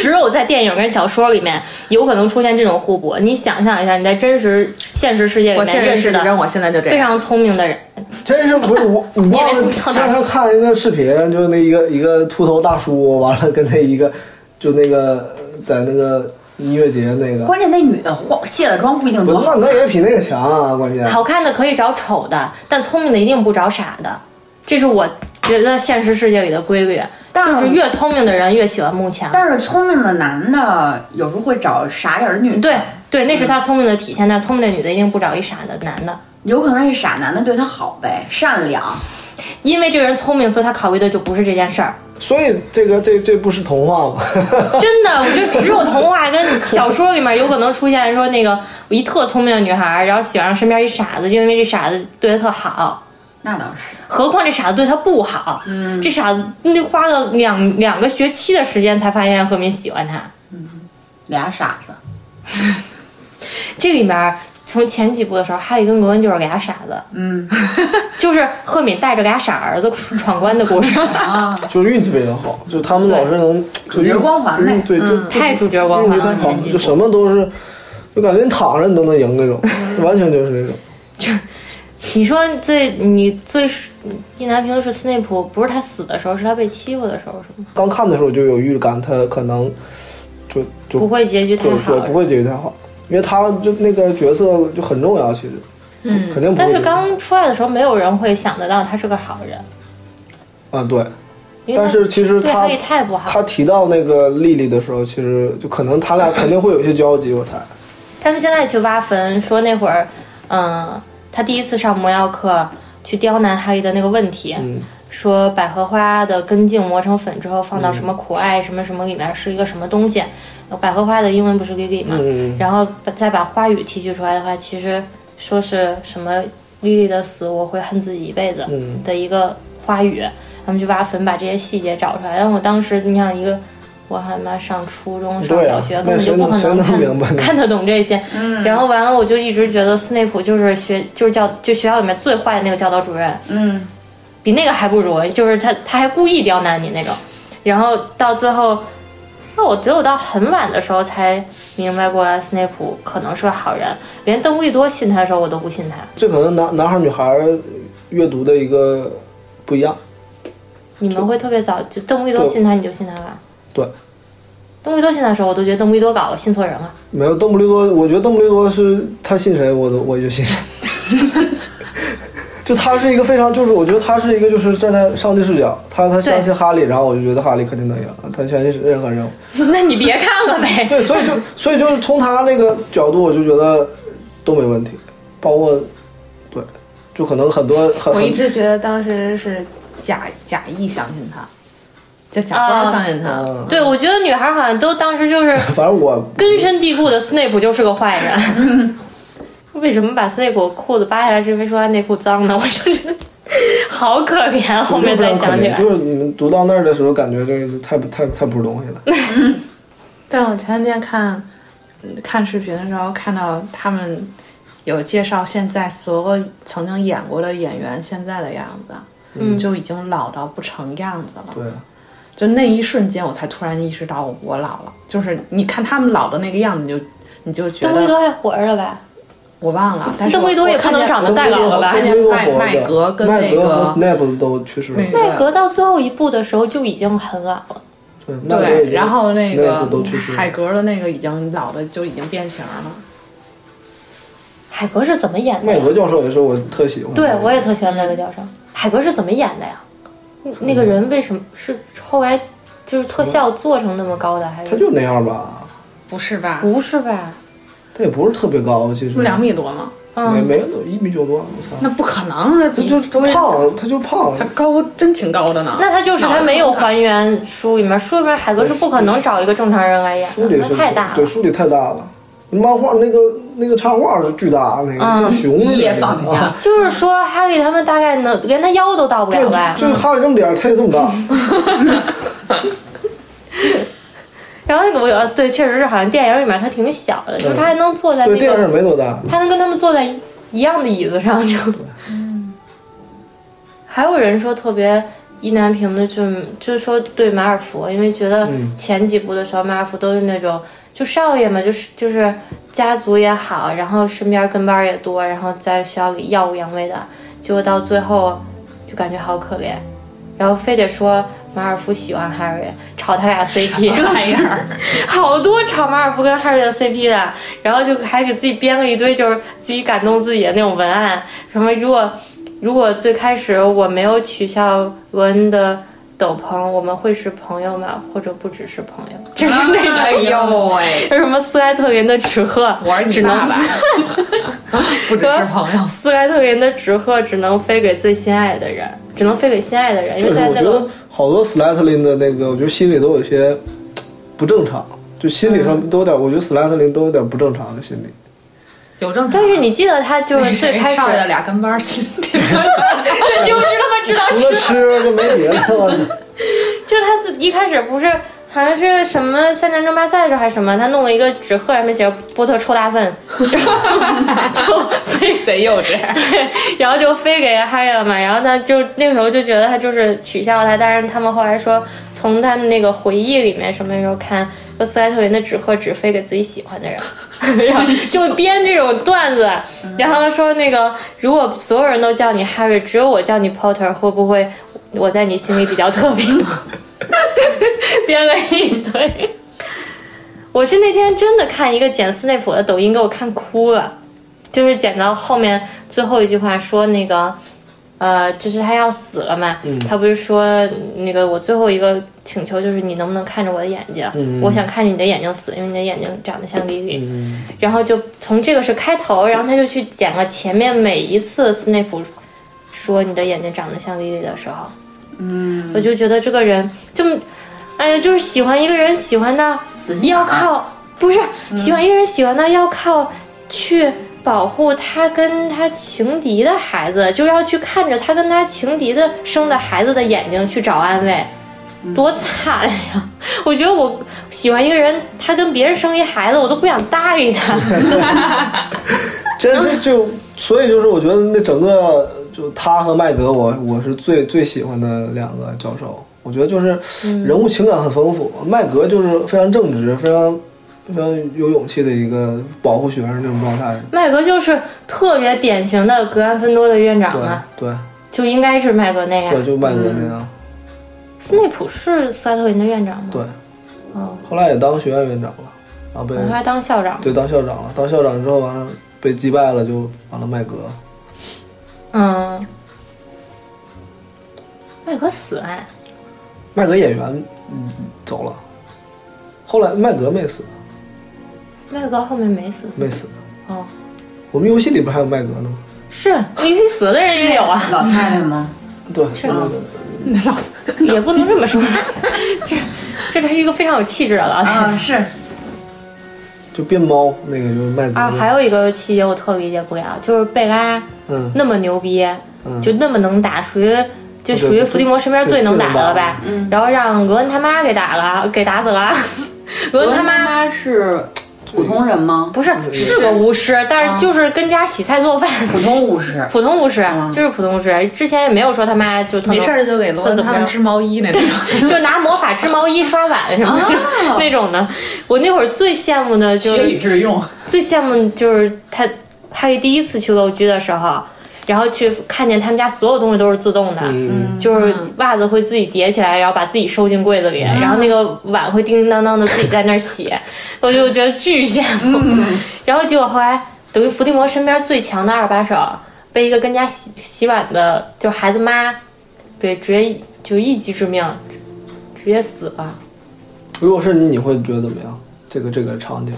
只有在电影跟小说里面有可能出现这种互补。你想象一下，你在真实现实世界里我面现在认识是的让我现在就这非样。常聪明的人，真是不是我，我忘也没从了前头两天看一个视频，就是那一个一个秃头大叔，完了跟那一个就那个在那个音乐节那个，关键那女的化卸了妆不一定不多好那。那也比那个强啊，关键。好看的可以找丑的，但聪明的一定不找傻的。这是我觉得现实世界里的规律，但就是越聪明的人越喜欢慕强。但是聪明的男的有时候会找傻点儿的女的，对对，那是他聪明的体现。但聪明的女的一定不找一傻的男的，有可能是傻男的对她好呗，善良。因为这个人聪明，所以他考虑的就不是这件事儿。所以这个这这不是童话吗？真的，我觉得只有童话跟小说里面有可能出现说那个我一特聪明的女孩，然后喜欢上身边一傻子，就因为这傻子对她特好。那倒是，何况这傻子对她不好，嗯，这傻子那花了两两个学期的时间才发现何敏喜欢他。俩傻子。这里面从前几部的时候，哈利跟罗恩就是俩傻子，嗯 就是赫敏带着俩傻儿子闯关的故事， 啊， 就是运气非常好，就他们老是能就主角运光环呗对，就太主角嗯光运环气太了。好前，几就部什么都是，就感觉你躺着你都能赢那种，嗯完全就是那种。你说最你最意难平的是斯内普，不是他死的时候，是他被欺负的时候，是吗？刚看的时候我就有预感，他可能就就不会结局太对好对，不。会结局太好，因为他就那个角色就很重要，其实，嗯，肯定不会。但是刚出来的时候，没有人会想得到他是个好人，啊，对，因为他但是其实对他哈利太不好。他提到那个丽丽的时候，其实就可能他俩肯定会有一些交集，我猜。他们现在去挖坟，说那会儿，嗯，他第一次上魔药课去刁难哈利的那个问题，嗯说百合花的根茎磨成粉之后放到什么苦艾什么什么里面是一个什么东西，百合花的英文不是 lily 嘛，嗯，然后把再把花语提取出来的话，其实说是什么莉莉的死，我会恨自己一辈子嗯的一个花语。他们去挖坟，把这些细节找出来。然后我当时，你想一个，我还妈上初中、上对啊小学，根那本就不可谁能谁能明白 看呢看得懂这些。然后完了，我就一直觉得斯内普就是学就是教就学校里面最坏的那个教导主任，嗯，比那个还不如，就是他他还故意刁难你那种。然后到最后，那我只有到很晚的时候才明白过来，斯内普可能是个好人。连邓布利多信他的时候，我都不信他。这可能男男孩儿女孩儿阅读的一个不一样。你们会特别早就邓布利多信他，你就信他吧。对，邓布利多信他的时候，我都觉得邓布利多搞了，信错人了。没有邓布利多，我觉得邓布利多是他信谁，我都我就信谁。 就他是一个非常，就是我觉得他是一个，就是站在上帝视角，他他相信哈利，然后我就觉得哈利肯定能赢，他相信任何人。 那你别看了呗。对，所以就所以就是从他那个角度，我就觉得都没问题，包括对，就可能很多很我一很直觉得当时是假假意相信他，就假装相信他。嗯， 对，我觉得女孩好像都当时就是反正我根深蒂固的斯内普就是个坏人。 为什么把斯内普裤子扒下来？是因为说他内裤脏呢？我就是好可怜，后我就面非才常可想起 怜，来。就是你们读到那儿的时候，感觉这个太不太太不是东 西了。但我前两天看看视频的时候，看到他们有介绍现在所有曾经演过的演员现在的样子，嗯，就已经老到不成样子了。对，就那一瞬间，我才突然意识到我老了。就是你看他们老的那个样子，你就你就觉东西得都还活着吧？我忘了，但是邓我布利多也不能长得再老了吧我看邓见布利多麦活麦格着跟麦那格和个 Snape 都去世了，那麦格到最后一步的时候就已经很老了，对，麦格也对，然后那个 Snape 都去世了，海格的那个已经老的就已经变形了，海格是怎么演的麦呀？格教授也是我特喜欢的，对，我也特喜欢麦格教授。海格是怎么演的呀？那个人为什么是后来就是特效做成那么高的，还他是就那样吧，不是吧？不是吧？他也不是特别高，其实不两米多吗？没嗯，没有一米九多，我操，那不可能，他他就周围胖，他就胖他，高真挺高的呢。那他就是他没有还原书里面，书里面海格是不可能找一个正常人来演书的，里那是太大对，了。书里太大了。漫画那个那个插画是巨大，那个嗯像熊那种也放不下啊就是说，哈利他们大概能连他腰都到不对了嗯吧，？就就哈利这么点儿，他也这么大。然后我有对，确实是好像电影里面他挺小的，就是他还能坐在嗯对，那电影也个，没多大。他能跟他们坐在一样的椅子上就。还有人说特别意难平的就，就是说对马尔福，因为觉得嗯前几部的时候马尔福都是那种就少爷嘛，就是就是家族也好，然后身边跟班儿也多，然后在学校里耀武扬威的，结果到最后就感觉好可怜，然后非得说马尔福喜欢 Harry，炒他俩 CP。这玩意儿， 好多炒马尔福跟哈利的 CP 的，然后就还给自己编了一堆就是自己感动自己的那种文案，什么如果如果最开始我没有取笑罗恩的斗篷，我们会是朋友吗？或者不只是朋友？ 就是那种、 哎呦喂！有什么斯莱特林的纸 鹤，我是你爸爸， 不只是朋友。斯莱特林的纸鹤只能飞给最心爱的人，只能飞给心爱的人，因确为实，哎在我那觉个得好多斯莱特林的那个，我觉得心里都有些不正常，就心理嗯上都有点，我觉得斯莱特林都有点不正常的心理。有正常，但是你记得他 就是最哎谁开始少爷的俩跟班儿 亲， 就知道他知道除了吃就没别的了。就是他自一开始不是好像是什么三战争霸赛的时候还是什么，他弄了一个纸鹤上面写着“波特臭大粪”， 然后就 飞贼幼稚。 对，然后就飞给哈利了嘛。然后他就那个时候就觉得他就是取笑他，但是他们后来说从他们那个回忆里面什么时候看，说斯莱特林的纸鹤只飞给自己喜欢的人， 然后就编这种段子， 然后说那个如果所有人都叫你 Harry，只有我叫你 Potter，会不会我在你心里比较特别？ 编了一堆。我是那天真的看一个剪斯内普的抖音，给我看哭了。就是剪到后面最后一句话说那个，呃，就是他要死了嘛，他不是说那个我最后一个请求就是你能不能看着我的眼睛，我想看着你的眼睛死，因为你的眼睛长得像莉莉。然后就从这个是开头，然后他就去剪了前面每一次斯内普说你的眼睛长得像莉莉的时候，嗯，我就觉得这个人就，哎呀，就是喜欢一个人喜欢到死心眼嗯要儿靠不是、喜欢一个人喜欢到要靠去保护他跟他情敌的孩子，就要去看着他跟他情敌的生的孩子的眼睛去找安慰，嗯多惨呀！ 我觉得我喜欢一个人，他跟别人生一孩子，我都不想搭理 他。真 的就所以就是我觉得那整个就他和麦格我，我是最最喜欢的两个教授。我觉得就是嗯人物情感很丰富，麦格就是非常正直、非常非常有勇气的一个保护学生这种状态。麦格就是特别典型的格兰芬多的院长啊嗯对嘛，对就应该是麦格那对，样。就麦格那样。斯内普是斯莱特林的院长吗？对，哦，后来也当学院院长了，然后被我还当校长。对当校长了，当校长之后完了被击败了，就完了麦格。嗯，麦格死了哎，麦格演员嗯走了，后来麦格没死，麦格后面没死。没死。哦，我们游戏里边还有麦格呢。是你去死的人也有啊，老太太吗？对，吗老 也不能这么说。这这是一个非常有气质的老太太。啊，是就变猫那个就是麦格。啊，还有一个细节我特理解不了，就是贝拉嗯那么牛逼，嗯，就那么能打，属于就属于伏地魔身边最能打的了吧？嗯，然后让罗恩他妈给打了，给打死 了。罗恩罗他恩他妈妈嗯是普通人吗？不是是个巫师，但是就是跟家洗菜做饭，普通巫师。 普通巫师就是普通巫师。之前也没有说他妈就特没能事儿就给罗特恩怎么他们样织毛衣那种。就拿魔法织毛衣刷碗什么的、 啊那种的。我那会儿最羡慕的就学以是致用，最羡慕就是他哈利第一次去陋居的时候，然后去看见他们家所有东西都是自动的，嗯，就是袜子会自己叠起来，然后把自己收进柜子里，然后那个碗会叮叮当当的自己在那儿洗，我就觉得巨羡慕。 然后结果后来等于伏地魔身边最强的二把手被一个跟家洗洗碗的，就是孩子妈，对，直接就一击致命，直接死了。如果是你，你会觉得怎么样？这个这个场景，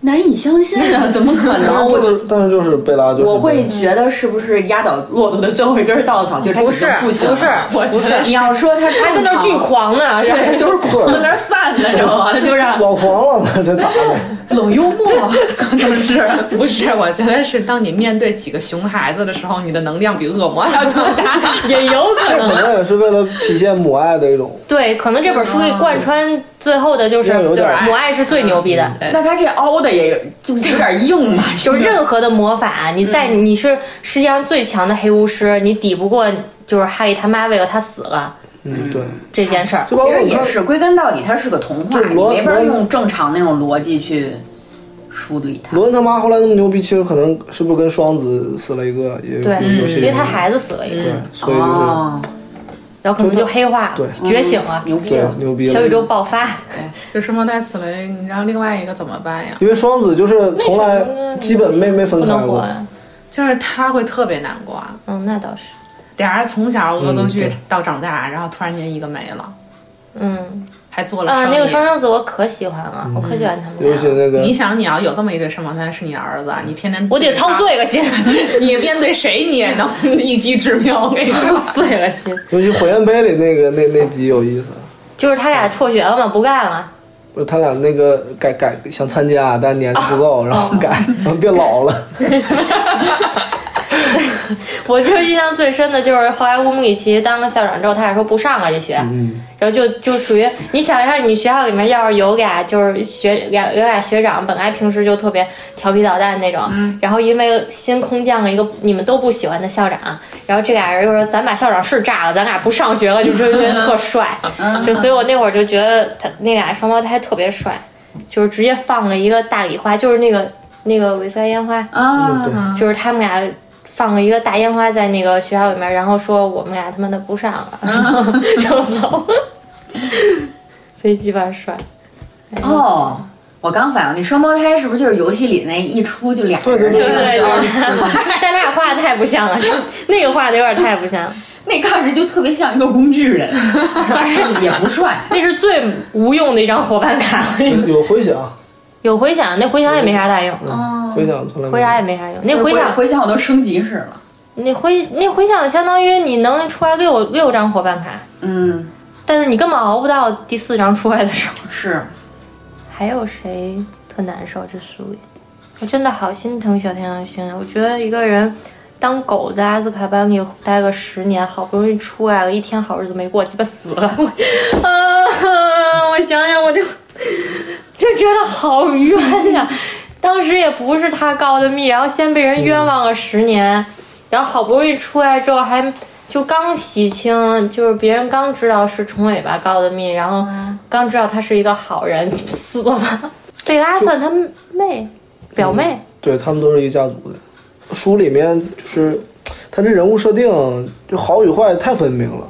难以相信啊， 怎么可能？但 我是但是就是贝拉就是我会觉得是不是压倒骆驼的最后一根稻草，就是他已经不行不了是我觉不得是你要说他还还跟那儿巨，狂 呢，然后对， 就是狂 在那儿散呢，你知道 吗？他就让老狂了， 这 打的。冷幽默，可能是。不是，我觉得是当你面对几个熊孩子的时候，你的能量比恶魔要强大。 也有可这可能。能也是为了体现母爱的一种。对，可能这本书贯穿最后的就是要有就点是儿母爱是最牛逼的， 对那他这凹的也有就是有点硬吧，嗯就是任何的魔法，你在你是世界上最强的黑巫师，你抵不过就是哈利他妈为了他死了嗯，对，这件事儿。就包 其括实你也看，是，归根到底，它是个童话，就是你罗没法罗用正常那种逻辑去梳理它。罗恩他妈后来那么牛逼，其实可能是不是跟双子死了一个，也有对，嗯有些因为他孩子死了一个，对，所以就是哦，然后可能就黑化对了，觉醒了，牛逼对了！牛逼了。嗯小宇宙爆发。就双胞胎死了，你让另外一个怎么办呀？因为双子就是从来基本没没分不开能啊过活，呀。就是他会特别难过啊，嗯，那倒是，俩人从小恶作嗯剧对到长大，然后突然间一个没了，嗯还做了啊，生意。那个双生子我可喜欢了，我可喜欢他们嗯尤其俩了，那个你想，你要有这么一对双胞胎是你儿子，你天天我得操碎了心， 你面对谁你也能一击致命。我跟你 说，碎了心。尤其火焰杯里那个那那集有意思，就是他俩辍学了嘛，不干了，不是他俩那个改改想参加，但年龄不哦够，然后改，然后变 老了。我就印象最深的就是后来乌姆里奇当了校长之后，他俩说不上了这学，然后就就属于你想一下，你学校里面要是有俩就是学俩有俩学长，本来平时就特别调皮捣蛋那种，然后因为新空降了一个你们都不喜欢的校长，然后这俩人又说咱把校长室炸了，咱俩不上学了，就觉得特帅，就所以我那会儿就觉得他那俩双胞胎特别帅，就是直接放了一个大礼花，就是那个那个维塞烟花，嗯 啊，就是他们俩放了一个大烟花在那个学校里面，然后说我们俩他妈的不上了，嗯 就走，所以鸡巴帅。哦，我刚反应，你双胞胎是不是就是游戏里那一出就俩对人对对那个对啊 但他俩画的太不像了，就那个画的有点太不像了，那看着就特别像一个工具 人，也不 帅。那是最无用的一张伙伴卡。有回响，嗯有回响，那回响也没啥大用，回响从来哦回响也没没啥用。那回回响，回想我都升级式了，那回那回响相当于你能出来六六张伙伴卡，嗯，但是你根本熬不到第四张出来的时候。是还有谁特难受？这书里，我真的好心疼小天狼星啊！我觉得一个人当狗在阿兹卡班里待个十年，好不容易出来了，一天好日子没过，鸡巴死了！ 我啊，我想想我就 就觉得好冤呀、当时也不是他告的密，然后先被人冤枉了十年，然后好不容易出来之后还。就刚洗清，就是别人刚知道是虫尾巴告的密，然后刚知道他是一个好人， 死了。贝拉算他妹，表妹，对他们都是一家族的。书里面就是他这人物设定就好与坏太分明了，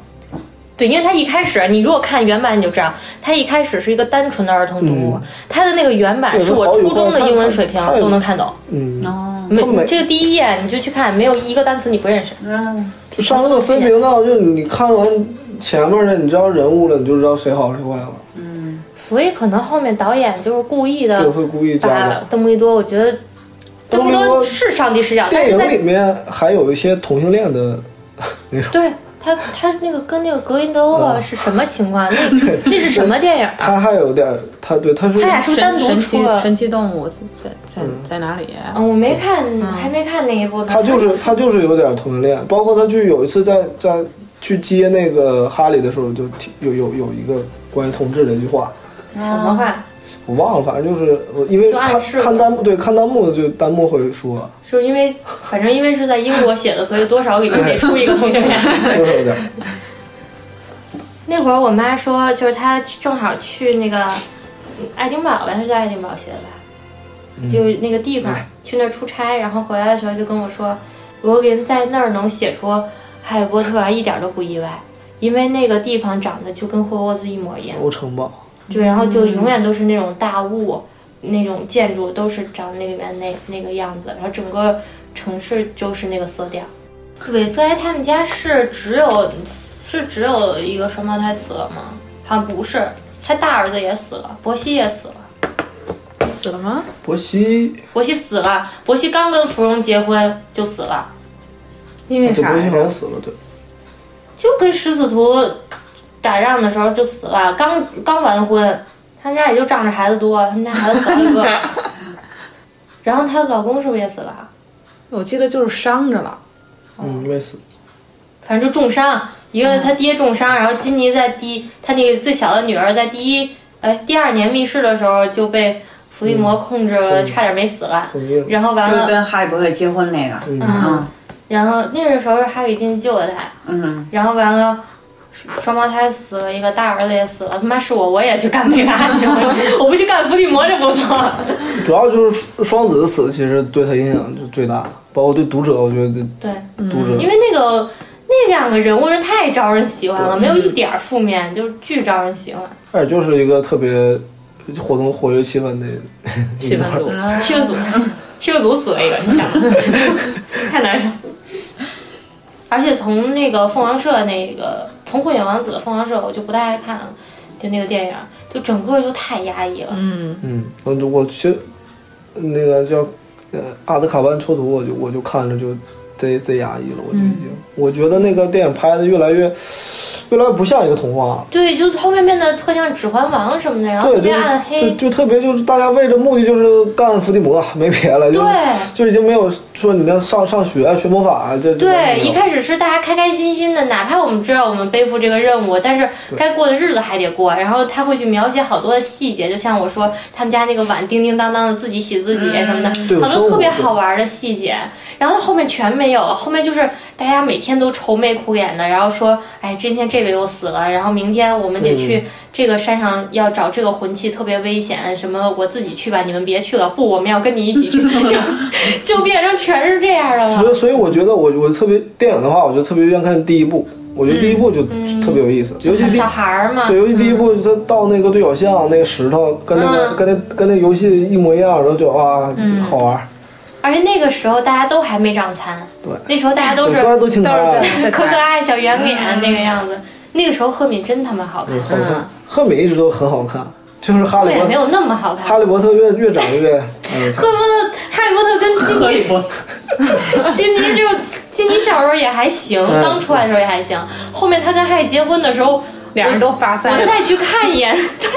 对，因为他一开始，你如果看原版你就知道，他一开始是一个单纯的儿童读嗯物，他的那个原版对是我好与初中的坏英文太水平太都能看懂，嗯，哦，没他每这个第一页你就去看，没有一个单词你不认识。嗯，就上课分明到就你看完前面的，你知道人物了，你就知道谁好谁坏了，所以可能后面导演就是故意对，的会故意加把的。邓布利多，我觉得邓邓布布利利多多是上帝视角，但电是影在里面还有一些同性恋的那种，对他他那个跟那个格林德沃嗯是什么情况？ 那那是什么电影？他还有点，他对他是他俩是不是单神独神出奇了？神奇动物在在在哪里？嗯，我没看，还没看那一部呢。他就是他就是有点同性恋，包括他去有一次在在去接那个哈利的时候，就提有有有一个关于同志的一句话，什么话？我忘了，反正就是我因为就看暗示了看弹幕，对看弹幕就弹幕会说，是因为反正因为是在英国写的，所以多少里面得出一个同性恋。 就是有点那会儿我妈说，就是她正好去那个爱丁堡吧，是在爱丁堡写的吧？嗯就是那个地方，去那儿出差，然后回来的时候就跟我说，罗琳在那儿能写出《哈利波特》啊来一点都不意外，因为那个地方长得就跟霍格沃兹一模一样，欧城堡，就然后就永远都是那种大雾，那种建筑都是长那里面那那个样子，然后整个城市就是那个色调。韦瑟莱他们家是只有是只有一个双胞胎死了吗？好像不是，他大儿子也死了，伯希也死了。死了吗？伯希，伯希死了，伯希刚跟芙蓉结婚就死了，因为对，啥伯希呀好？像死了，对，就跟食死徒打仗的时候就死了，刚刚完婚，他们家也就仗着孩子多，他们家孩子少一个。然后她老公是不是也死了？我记得就是伤着了，哦嗯，没死。反正就重伤，一个他爹重伤，然后金妮在第他那个最小的女儿在第一哎第二年密室的时候就被伏地魔控制，嗯差点没死了。封印然后完就是了，跟哈利波特结婚那个，嗯然后那个时候是哈里进救的他，嗯，然后完了，双双胞胎死了一个，大儿子也死了，他妈是我，我也去干那啥去了， 我不去干伏地魔这不错。主要就是双子的死，其实对他影响就最大，包括对读者，我觉得对，读者嗯因为那个那两个人物是太招人喜欢了，没有一点儿负面，就是巨招人喜欢。而且就是一个特别活动活跃气氛的气氛组。七个组，七个组死了一个，你想，太难受。而且从那个凤凰社那个，从混血王子的凤凰社，我就不太爱看了，就那个电影，就整个就太压抑了。嗯，嗯，我我其实那个叫呃阿德卡班囚徒，我就我就看着就贼贼压抑了，我就已经，嗯我觉得那个电影拍的越来越越来越不像一个童话了。对，就是后面变得特像《指环王》什么的，然后特对，别就暗是就黑。就特别就是大家为着目的就是干伏地魔，没别的，就对就已经没有说你要上上学学魔法，啊这这完全对，没有一开始是大家开开心心的，哪怕我们知道我们背负这个任务，但是该过的日子还得过。然后他会去描写好多的细节，就像我说他们家那个碗叮叮当当的自己洗自己什么的，嗯对好有多生特别活好玩的细节。然后后面全没有，后面就是大家每天都愁眉苦脸的，然后说，哎，今天这个又死了，然后明天我们嗯得去这个山上要找这个魂器，特别危险，什么我自己去吧，你们别去了，不，我们要跟你一 起去，就就变成全是这样的所了。以，所以我觉得我我特别电影的话，我就特别愿意看第一部。我觉得第一部嗯就特别有意思，尤其第小孩儿嘛，对，尤其第一部他到那个对角巷那个石头，跟那个嗯跟那跟那游戏一模一样，然后就啊好玩，而且那个时候大家都还没长残，对那时候大家都对是大家都挺可都是爱的。在可可爱小圆脸那个样子。那个时候赫敏真他妈好看对，，好看，赫敏一直都很好看，就是哈嗯赫利敏波没有那么好看。哈赫利波特越越长越，嗯，敏哈利波特跟金妮，金妮就金妮小时候也还行，嗯刚出来的时候也还行。后面她跟哈利结婚的时候，俩人都发散我再去看一眼， 对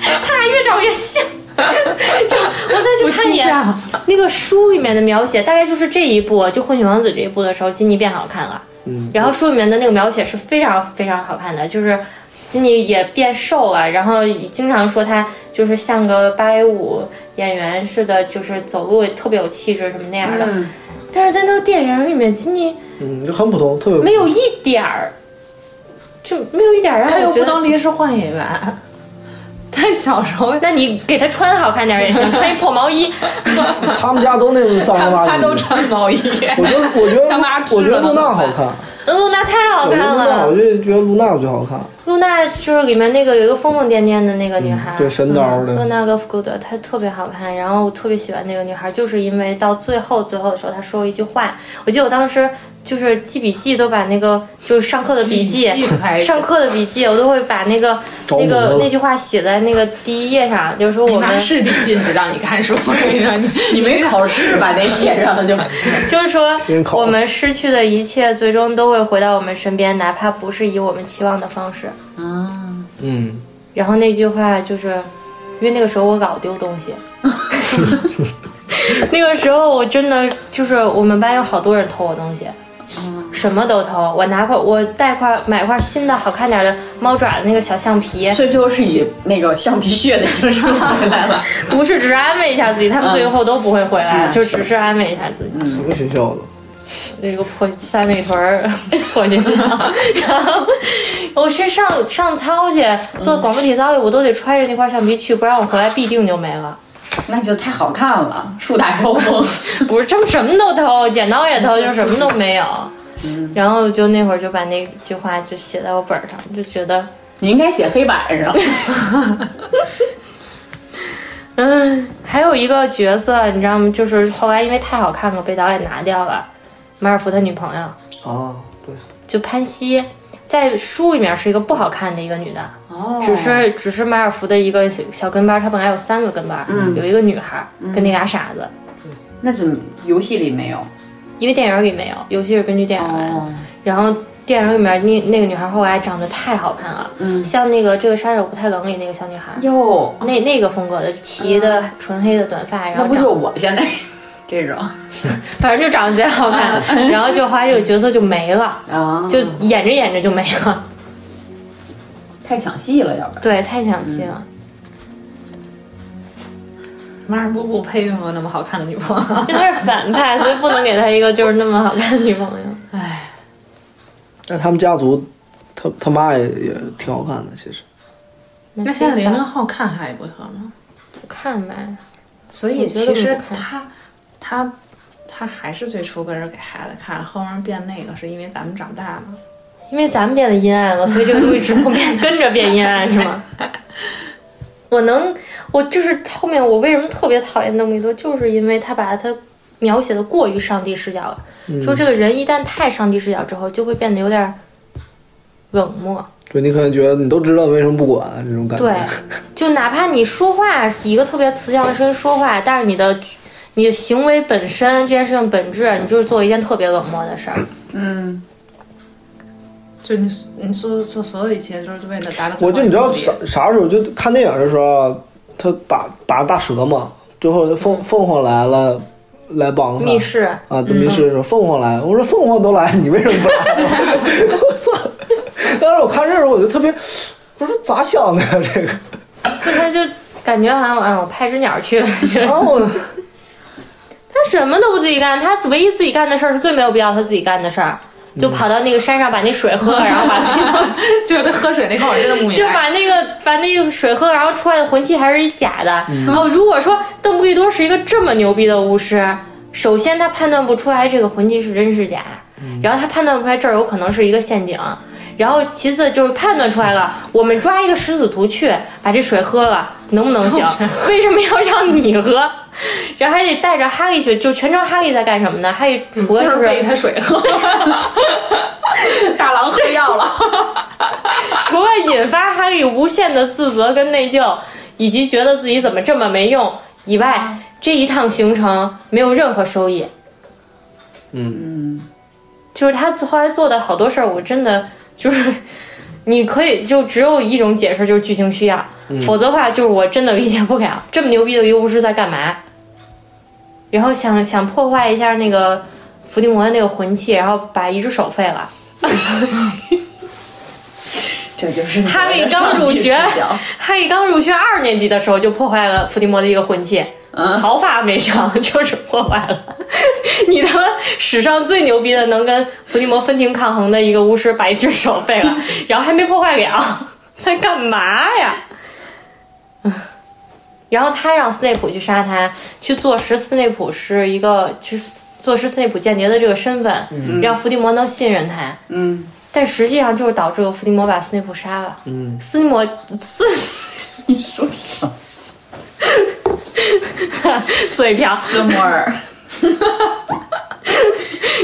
他俩越长越 像。就我再去看一眼不那个书里面的描写，大概就是这一部，就《混血王子》这一部的时候，金妮变好看了。嗯，然后书里面的那个描写是非常非常好看的，就是金妮也变瘦了，然后经常说她就是像个芭蕾舞演员似的，就是走路也特别有气质什么那样的。嗯但是在那个电影里面，金妮嗯，就很普通，特别没有一点儿，就没有一点儿让他又我觉不得能临时换演员。 他小时候，那你给他穿好看点儿也行，穿一破毛 衣。他们家都那种脏了吧唧的。他都穿毛 衣。我觉得，我觉他妈吃得，我觉得了都露娜怎么好办看，露娜嗯太好我觉看得露娜，我了，就觉得露娜最好看，露娜就是里面那个有一个疯疯癫癫的那个女孩，嗯嗯对，神刀厄的，纳格夫古德，她特别好看，然后我特别喜欢那个女孩，就是因为到最后最后的时候，她说了一句话，我记得我当时就是记笔记，都把那个就是上课的笔记， 记还上课的笔记，我都会把那个着那魔个了那句话写在那个第一页上，就是说你我妈们是得禁止让你看书，我跟你说，你你没考试吧？那写 上了就，就是说别人考我们失去的一切最终都会回到我们身边，哪怕不是以我们期望的方式。嗯，嗯，然后那句话就是，因为那个时候我老丢东西，那个时候我真的就是我们班有好多人偷我东西，嗯什么都偷。我拿块，我带块买块新的好看点的猫爪的那个小橡皮，所以最后是以那个橡皮屑的形式回来了。不是只是安慰一下自己，他们最后都不会回来，嗯就只是安慰一下自己。什么学校的？那个破三里屯儿 破学校，然后我是上上操去做广播体操去，我都得揣着那块橡皮去，不然我回来必定就没了。 那就太好看了，树大招风。 不是，这不什么都偷，剪刀也偷，就什么都没有。然后就那会儿就把那句话就写在我本儿上，就觉得，你应该写黑板上。嗯，还有一个角色你知道吗？就是后来因为太好看了，被导演拿掉了，马尔福他女朋友啊，对，就潘西，在书里面是一个不好看的一个女的，哦，只是只是马尔福的一个小小跟班，她本来有三个跟班，嗯有一个女孩儿跟那俩傻子，那怎么游戏里没有？因为电影里没有，尤其是根据电影来的。哦，然后电影里面那那个女孩后来长得太好看了，嗯像那个《这个杀手不太冷》里那个小女孩，哟，嗯那那个风格的齐的、纯黑的短发，然那后不长就我现在 这种反正就长得贼好看，嗯然后就后来这个角色就没了，啊？就演着演着就没了，嗯太抢戏了，要不然。对，太抢戏了。马尔布布配拥有那么好看的女朋友， 因为他是反派，所以不能给他一个就是那么好看的女朋友。唉，但他们家族，他他妈也也挺好看的，其实那那现在零零呢？后看《哈利波特》吗？不看呗，所我以觉得其实不看他他他还是最初跟着给孩子看，后面变那个是因为咱们长大了。因为咱们变得阴暗了，所以这个东西只能变跟着变阴暗，是吗？ 我能，我就是后面我为什么特别讨厌邓布利多，就是因为他把他描写的过于上帝视角了。说这个人一旦太上帝视角之后，就会变得有点冷漠。对你可能觉得你都知道，为什么不管这种感觉？对，就哪怕你说话一个特别慈祥的声音说话，但是你的你的行为本身这件事情本质，你就是做一件特别冷漠的事儿。嗯，就你你做做所有一切，就是为了达到最我后就你知一道个目的啥啥时候就看电影的时候啊，他打打大蛇嘛，最后凤凤凰来了，来帮他嗯 密室，嗯啊，没事说凤凰来，我说凤凰都来，你为什么不来？ 我操！当时我看这时候我就特别，不是咋想的呀、这个就他就感觉好像啊，我派只鸟去了。然后我他什么都不自己干，他唯一自己干的事儿是最没有必要他自己干的事儿，就跑到那个山上把那水喝了，然后把自己 就是他喝水那块儿，我真的不明就白。把那个把那个水喝了，然后出来的魂器还是一假的。然后如果说邓布利多是一个这么牛逼的巫师，首先他判断不出来这个魂器是真是假，然后他判断不出来这儿有可能是一个陷阱。然后其次就是判断出来了，我们抓一个食死徒去把这水喝了，能不能行？为什么要让你喝？ 然后还得带着哈利去，就全程哈利在干什么呢？哈利除了就是是喂他水 喝，大郎喝药了。 除了引发哈利无限的自责跟内疚，以及觉得自己怎么这么没用以外，这一趟行程没有任何收益。嗯，就是他后来做的好多事儿，我真的就是， 你可以就只有一种解释，就是剧情需要，嗯否则的话就是我真的理解不了这么牛逼的一个巫师在干嘛。然后想想破坏一下那个伏地魔的那个魂器，然后把一只手废了。这就是你哈利的刚上入帝学视角哈利刚入学二年级的时候就破坏了伏地魔的一个魂器，毫发没伤， 就是破坏了。 你他妈史上最牛逼的能跟伏地魔分庭抗衡的一个巫师，把一只手废了，然后还没破坏了， 在干嘛呀？ 然后他让斯内普去杀他，去坐实斯内普是一个，去坐实斯内普间谍的这个身份，让伏地魔能信任他。嗯，但实际上就是导致了伏地魔把斯内普杀了。嗯，斯内魔斯你说什么？ 嘴瓢， 斯摩尔，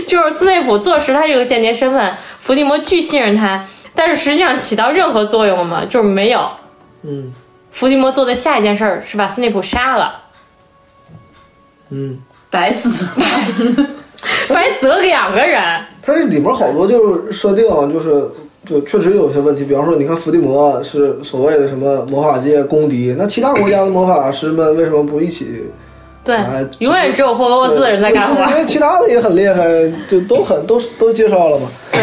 就是斯内普坐实他这个间谍身份，伏地魔巨信任他，但是实际上起到任何作用了吗？就是没有。嗯，伏地魔做的下一件事儿是把斯内普杀了， 嗯白死了。白死了两个人。它这里边好多就是设定啊，就是就确实有些问题，比方说你看伏地魔啊是所谓的什么魔法界公敌，那其他国家的魔法师们为什么不一起？ 对哎，永远只有霍格沃我兹的人在干活因。为其他的也很厉害，就都很都都介绍了嘛。 对，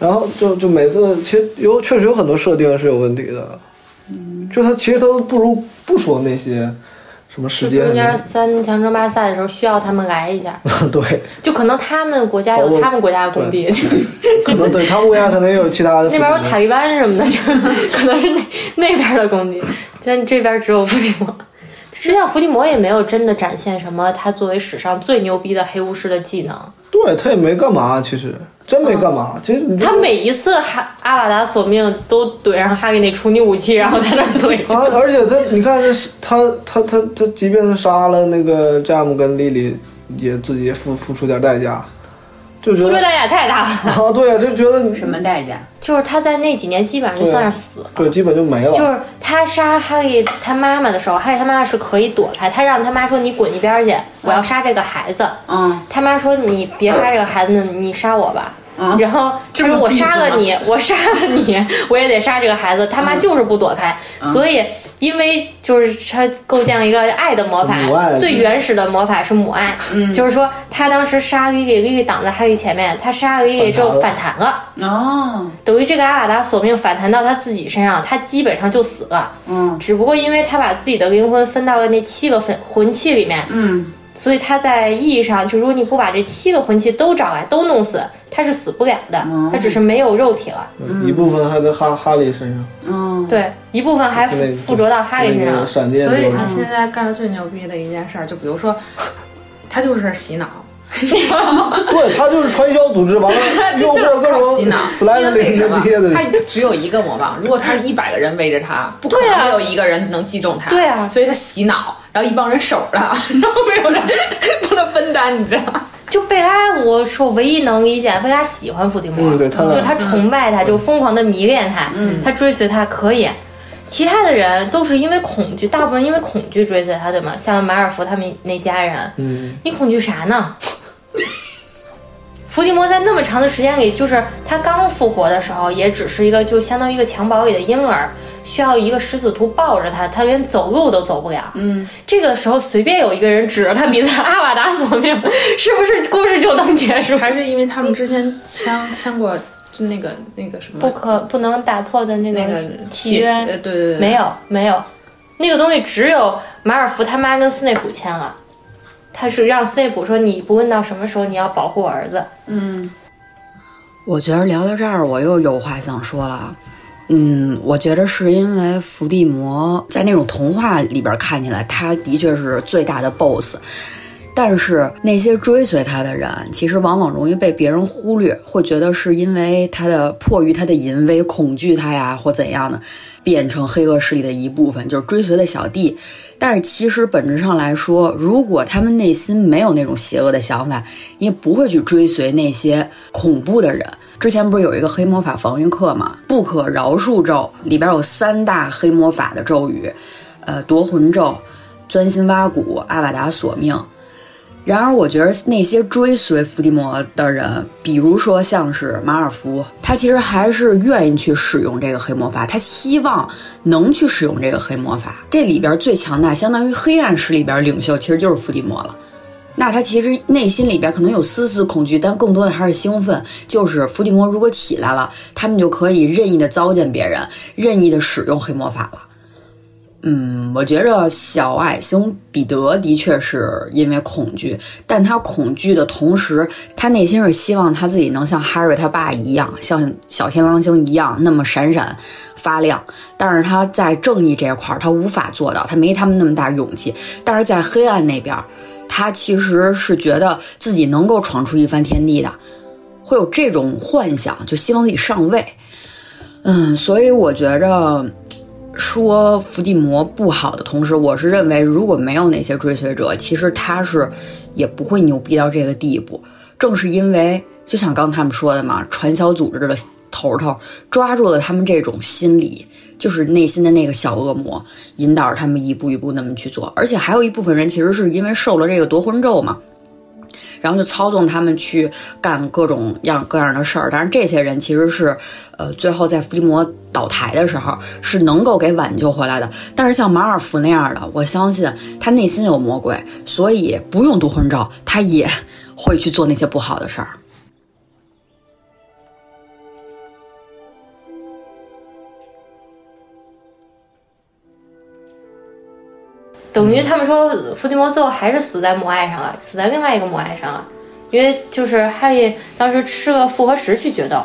然后就就每次其实有确实有很多设定是有问题的，就他其实都不如不说那些什么时就间中间三强争霸赛的时候需要他们来一下， 对，就可能他们国家有他们国家的工地，就可能对他们国家可能也有其他的那边有塔利 班什么的，就是可能是那那边的攻击，但这边只有伏地魔。实际上，伏地魔也没有真的展现什么他作为史上最牛逼的黑巫师的技能。对他也没干嘛，其实真没干嘛。其实你他每一次哈阿瓦达索命都怼上哈给那处女武器，然后在那儿怼着。啊，而且他，你看这是他他他他，即便是杀了那个詹姆跟莉莉，也自己也付付出点代价，就觉付出得代价太大了，啊，对啊，就觉得你 什么代价？ 就是他在那几年基本上就算是死了。对，基本就没了。就是他杀哈利他妈妈的时候，哈利他妈妈是可以躲开，他让他妈说你滚一边儿去，我要杀这个孩子。嗯，他妈说你别杀这个孩子，你杀我吧。啊然后他这说么我地杀主了吗啊你，我杀了你， 我也得杀这个孩子。他妈就是不躲开，所以因为就是他构建了一个爱的魔法母爱，最原始的魔法是母爱，嗯就是说他当时杀莉莉，莉莉挡在哈利前面，他杀了莉莉之后反反弹了，哦，等于这个阿瓦达索命反弹到他自己身上，他基本上就死了。嗯只不过因为他把自己的灵魂分到了那七个魂魂器里面，嗯，所以他在意义上，就如果你不把这七个魂器都找来都弄死，他是死不了的，他只是没有肉体了。一部分还在哈哈利身上，嗯，对，一部分还就那附附着到哈利身那上个。闪电所就是，以他现在干的最牛逼的一件事儿，就比如说，他就是洗 脑，对他就是传销组织，完他了就用是各靠种洗脑。 slide 因为为什么那些的人他只有一个魔棒？如果他一百个人围着他，不可对啊能有一个人能击中他。对啊所以他洗脑，然后一帮人守 着，然后没有人帮他分担，你知道吗？就贝拉，我是我唯一能理解，贝拉喜欢伏地魔，嗯对他嗯就他崇拜他，就疯狂的迷恋他，他追随他可以。其他的人都是因为恐惧，大部分因为恐惧追随他，对吗？像马尔福他们那家人，嗯，你恐惧啥呢？伏地魔在那么长的时间里，就是他刚复活的时候，也只是一个就相当于一个襁褓里的婴儿，需要一个食死徒抱着他，他连走路都走不了。嗯，这个时候随便有一个人指着他鼻子阿瓦达索命，是不是故事就能结束？还是因为他们之前签签过就那个那个什么不可不能打破的那那个个契约，呃，对对对，没有没有，那个东西只有马尔福他妈跟斯内普签了，他是让斯内普说你不论到什么时候你要保护我儿子。我觉得聊到这儿，我又有话想说了。嗯，我觉得是因为伏地魔在那种童话里边看起来，他的确是最大的 BOSS，但是那些追随他的人，其实往往容易被别人忽略，会觉得是因为他的迫于他的淫威，恐惧他呀，或怎样的，变成黑恶势力的一部分，就是追随的小弟。但是其实本质上来说，如果他们内心没有那种邪恶的想法，你也不会去追随那些恐怖的人。之前不是有一个黑魔法防御课嘛，不可饶恕咒里边有三大黑魔法的咒语，呃，夺魂咒、钻心挖骨、阿瓦达索命。然而，我觉得那些追随伏地魔的人，比如说像是马尔福，他其实还是愿意去使用这个黑魔法，他希望能去使用这个黑魔法。这里边最强大，相当于黑暗势力边领袖，其实就是伏地魔了。那他其实内心里边可能有丝丝恐惧，但更多的还是兴奋。就是伏地魔如果起来了，他们就可以任意的糟践别人，任意的使用黑魔法了。嗯，我觉着小矮星彼得的确是因为恐惧，但他恐惧的同时，他内心是希望他自己能像 Harry 他爸一样，像小天狼星一样那么闪闪发亮。但是他在正义这一块儿，他无法做到，他没他们那么大勇气。但是在黑暗那边儿，他其实是觉得自己能够闯出一番天地的，会有这种幻想，就希望自己上位。嗯，所以我觉着。说伏地魔不好的同时，我是认为如果没有那些追随者，其实他是也不会牛逼到这个地步。正是因为就像刚他们说的嘛，传销组织的头头抓住了他们这种心理，就是内心的那个小恶魔，引导着他们一步一步那么去做。而且还有一部分人其实是因为受了这个夺魂咒嘛，然后就操纵他们去干各种样各样的事儿。但是这些人其实是，呃，最后在伏地魔倒台的时候是能够给挽救回来的。但是像马尔福那样的，我相信他内心有魔鬼，所以不用夺魂咒，他也会去做那些不好的事儿。等于他们说伏地魔最后还是死在母爱上了，死在另外一个母爱上了，因为就是哈利当时吃了复活石去决斗，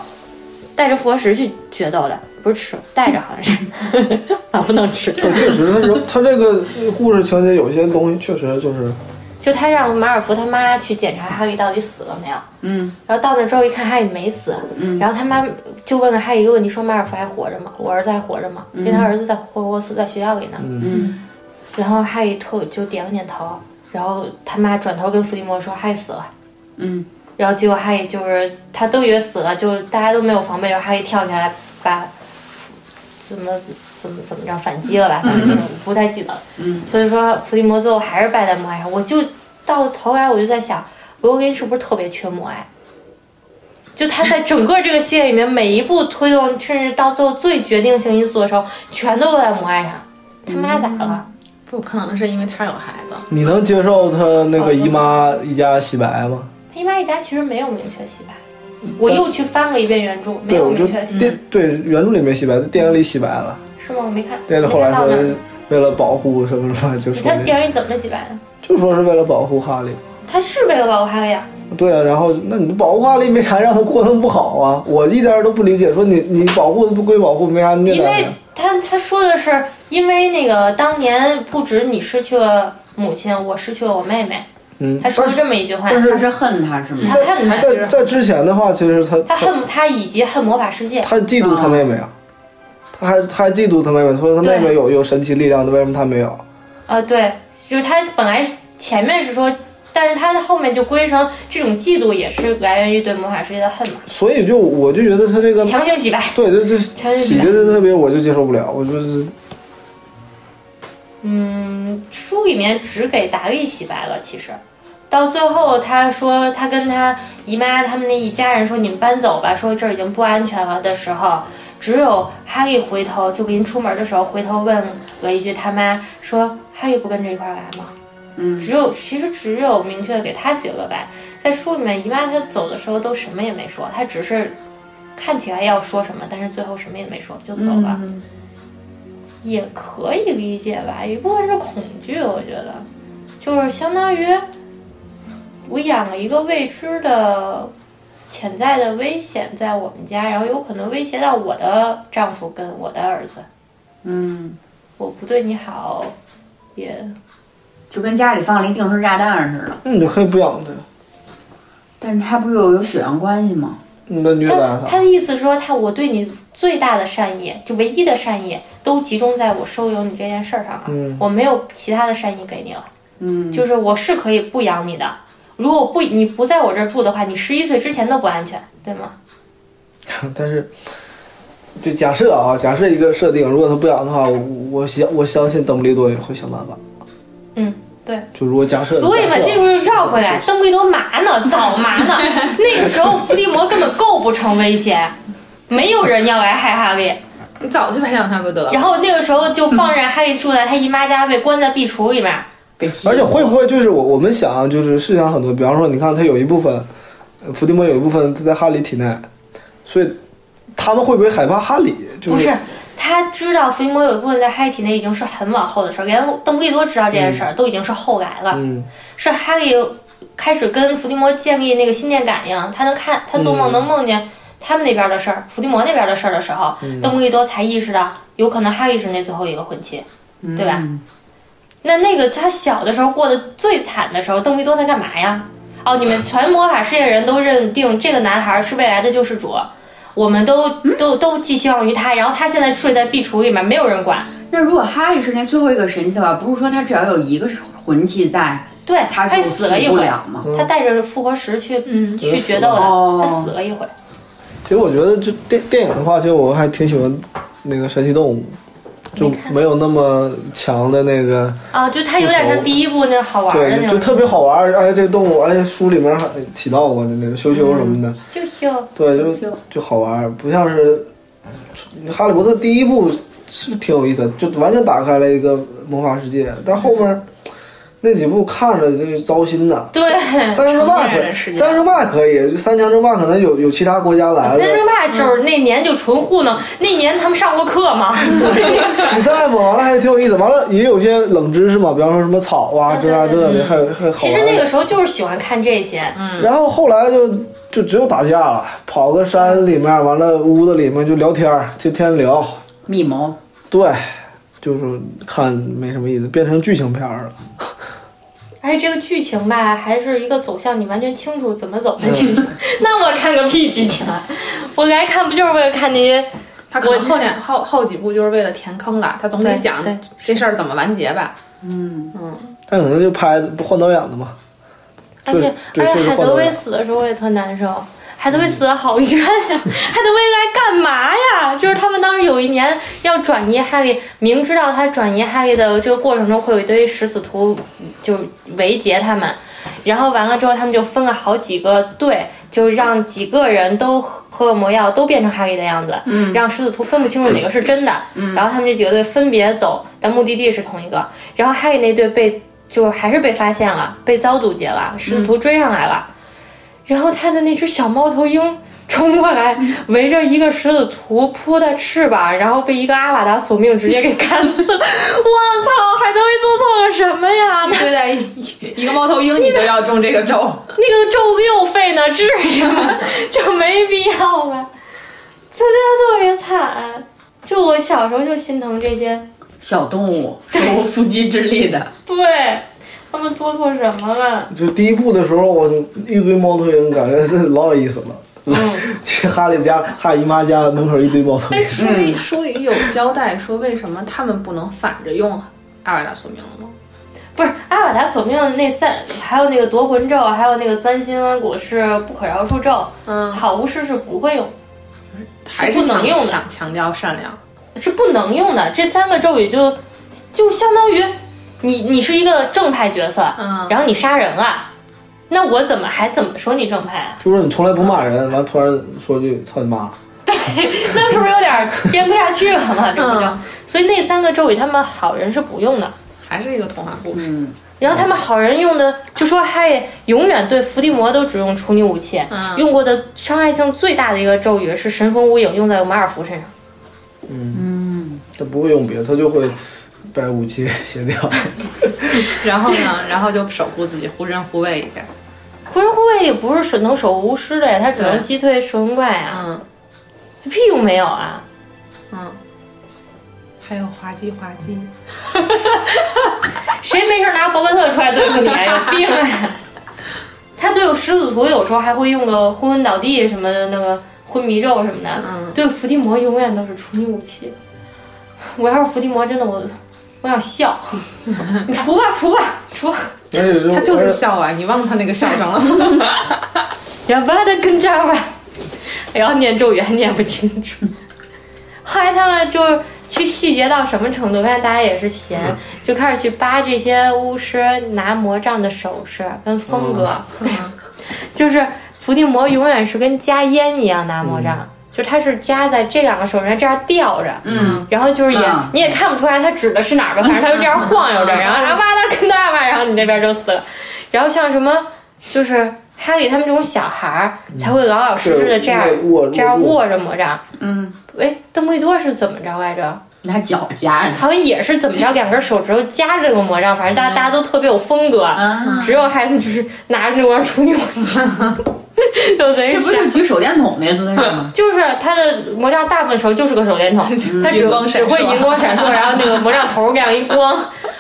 带着复活石去决斗的，不是吃，带着好像是， 啊不能吃，对，确实，他这他这个故事情节有些东西确实就是就他让马尔福他妈去检查哈利到底死了没有，嗯，然后到那之后一看哈利没死，嗯，然后他妈就问了哈利一个问题，说马尔福还活着吗？我儿子还活着吗？因为他儿子在霍格沃茨在学校里呢，嗯，然后哈利特就点了点头，然后他妈转头跟伏地魔说哈利死了，嗯，然后结果哈利就是他都以为死了，就是大家都没有防备，然后哈利跳起来把怎么怎么怎么着反击了吧，反正就是不太记得了。嗯，所以说伏地魔最后还是败在默哀上。我就到头来我就在想，罗根是不是特别缺默哀？就他在整个这个系列里面，每一步推动，甚至到最后最决定性因素的时候，全都在默哀上。他妈咋了？嗯不可能是因为他有孩子，你能接受他那个姨妈一家洗白吗？他姨妈一家其实没有明确洗白，我又去翻了一遍原著，没嗯对，有我就明确洗白，电对原著里没洗白，电影里洗白了。是吗？我没看。电影里后来没看到呢说为了保护什么什么，就说他那电影里怎么洗白的？就说是为了保护哈利。他是为了保护哈利啊。对啊，然后那你保护哈利没啥让他过那么不好啊？我一点儿都不理解，说你你保护不归保护，没啥虐因待啊为的。他他说的是，因为那个当年不止你失去了母亲，我失去了我妹妹。嗯，他说但了是这么一句话，但他是是恨他是吗他？恨他，在在之前的话，其实他他恨嗯他以及恨魔法世界。他嫉妒他妹妹啊，他还他还嫉妒他妹妹，说他妹妹有有神奇力量的，为什么他没有？啊，对，就是他本来前面是说，但是他后面就归成这种嫉妒也是来源于对魔法世界的恨嘛，所以就我就觉得他这个强行洗白。对，就就强烈洗的特别，我就接受不了，我就是嗯，书里面只给达利洗白了，其实。到最后，他说他跟他姨妈他们那一家人说你们搬走吧，说这儿已经不安全了的时候，只有哈利回头，就临出门的时候回头问了一句他妈说哈利不跟着一块儿来吗？嗯只有其实只有明确的给他写个白，在书里面姨妈她走的时候都什么也没说，她只是看起来要说什么，但是最后什么也没说就走了。也可以理解吧，有一部分是恐惧，我觉得，就是相当于我养了一个未知的潜在的危险在我们家，然后有可能威胁到我的丈夫跟我的儿子。嗯，我不对你好，也就跟家里放了一定时炸弹似的。那你就可以不养他，但他不又有血缘关系吗？你那虐待他他的意思说他我对你最大的善意，就唯一的善意，都集中在我收留你这件事儿上了，嗯我没有其他的善意给你了。嗯，就是我是可以不养你的。如果不你不在我这儿住的话，你十一岁之前都不安全，对吗？ 但是，就假设啊，假设一个设定，如果他不养的话，我我相我相信邓布利多也会想办法。嗯，对。就如果假设，所以嘛，假设啊这就是绕回来，邓布利多嘛呢？早嘛呢？那个时候伏地魔根本构不成威胁，没有人要来害哈利。你早去培养他不得了然后那个时候就放任哈利住在他姨妈家，被关在壁橱里面。被气死而且会不会就是我我们想就是试想很多，比方说你看他有一部分，呃伏地魔有一部分在哈利体内，所以他们会不会害怕哈利？就不是，啊他知道伏地魔有一部分在哈利体内已经是很往后的事儿，连邓布利多知道这件事儿都已经是后来了。嗯，是哈利开始跟伏地魔建立那个心电感应，他能看，他做梦能梦嗯见他们那边的事儿，伏地魔那边的事儿的时候，邓布利多才意识到有可能哈利是那最后一个魂器，嗯对吧？那那个他小的时候过得最惨的时候，邓布利多在干嘛呀？哦，你们全魔法世界人都认定这个男孩是未来的救世主，我们都嗯都都寄希望于他，然后他现在睡在壁橱里面，没有人管。那如果哈利是那最后一个神器的话，不是说他只要有一个魂器在，对，他他就死了一不回，了吗？他带着复活石去、嗯去决斗的，哦他死了一回。其实我觉得这电电影的话，其实我还挺喜欢那个神奇动物，就没看没有那么强的那个。啊，就它有点像第一部那好玩的对，那就种，特别好玩儿。哎，这个动物，哎，书里面还提到过的那个羞羞什么的，就就对，就羞就好玩儿，不像是《哈利波特》第一部是挺有意思的，就完全打开了一个魔法世界，但后面那几部看着就是糟心的。对。三强争霸成年可人世界三强争霸可以，三强争霸可能有有其他国家来三的，生霸就是那年就纯糊弄，那年他们上过课 吗？比赛嘛，完了还挺有意思。完了也有些冷知识嘛，比方说什么草啊，嗯这那对这的，还有还有好玩儿的。嗯其实那个时候就是喜欢看这些，然后后来就就只有打架了，跑个山里面，完了屋子里面就聊天儿，就天天聊，密谋，对，就是看没什么意思，变成剧情片儿了。而哎且这个剧情吧，还是一个走向你完全清楚怎么走的剧情。那我看个屁剧情啊！我来看不就是为了看那些？他可能后面后后几部就是为了填坑了，他总得对讲对这事儿怎么完结吧。但可能就拍不换导演了嘛，而对且对而所以且海换嗯德导薇演。死的时候我也特难受，海德薇死的好冤呀！海德薇来干嘛呀？就是他们当时有一年要转移哈利，明知道他转移哈利的这个过程中会有一堆食死徒，就围截他们。然后完了之后，他们就分了好几个队，就让几个人都喝喝了魔药，都变成哈利的样子，嗯、让狮子图分不清楚哪个是真的。嗯、然后他们这几个队分别走，但目的地是同一个。然后哈利那队被就是还是被发现了，被遭堵截了，狮子图追上来了。然后他的那只小猫头鹰冲过 来，围着一个狮子图扑的翅膀，然后被一个阿瓦达索命直接给干死 了。我操，海德薇做错了什么呀？那 对待一个猫头鹰，你都要中这个咒。那个咒又费呢，至于吗？这没必要吧？就觉得特别惨。就我小时候就心疼这些，小动物手 无缚鸡之 力的，对他们做错什么了？就第一部的时候，我就一堆猫头鹰，感觉是老有意思了。嗯 去哈利家、哈姨妈家门口一堆猫头 鹰哎，，书嗯里书里有交代说为什么他们不能反着用阿瓦达索命了吗？不是阿瓦达索命的那三，还有那个夺魂咒，还有那个钻心弯骨是不可饶恕咒，嗯，好巫师是不会用，还是不能想用的想强调善良。是不能用的。这三个咒语就就相当于你你是一个正派角色，嗯然后你杀人了，那我怎么还怎么说你正派啊？就是你从来不骂人，完突然说句“操你妈 那是不是有点编不下去了嘛？这不就嗯？所以那三个咒语，他们好人是不用的。还是一个童话故事，嗯，然后他们好人用的，就说嗨，永远对伏地魔都只用处女武器，嗯用过的伤害性最大的一个咒语是神风无影，用在马尔福身上。”，他不会用别的，他就会把武器 卸 掉。然后呢，然后就守护自己，护身护卫一下。护人护卫也不是守能守巫师的呀，他只能对击退神怪啊，嗯屁用没有啊？嗯，还有滑稽滑稽，谁没事拿伯格特出来对付你啊？有病啊！他对付狮子图有时候还会用个昏昏倒地什么的那个昏迷咒什么的，嗯对伏地魔永远都是处女武器。我要是伏地魔，真的我我想笑。你除吧，除吧，除吧。而且就他就而是且笑啊，你忘他那个笑声了吗？哑巴的跟扎吧，然后念咒语还念不清楚。后来他们就去细节到什么程度？我看大家也是闲，就开始去扒这些巫师拿魔杖的手势跟风格， 就是伏地魔永远是跟夹烟一样拿魔杖。就它是夹在这两个手上这样吊着，嗯，然后就是也、啊你也看不出来他指的是哪儿吧，反正他就这样晃 悠着，然后啊哇啦跟大吧，然后你那边就死了，然后像什么就是哈利他们这种小孩儿才会老老实实的这样对握握这样住握着魔杖。嗯，哎，邓布利多是怎么着来着？拿脚夹着好像也是怎么着，两根手指头夹着个魔杖，反正大家大家都特别有风格，嗯啊，只有还就是拿着那玩意儿 出牛角，有贼这不就傻是举手电筒那姿势吗？就是他的魔杖大部分时候就是个手电 筒，他只荧光闪只烁会荧光闪烁， 然后那个魔杖头这样一光，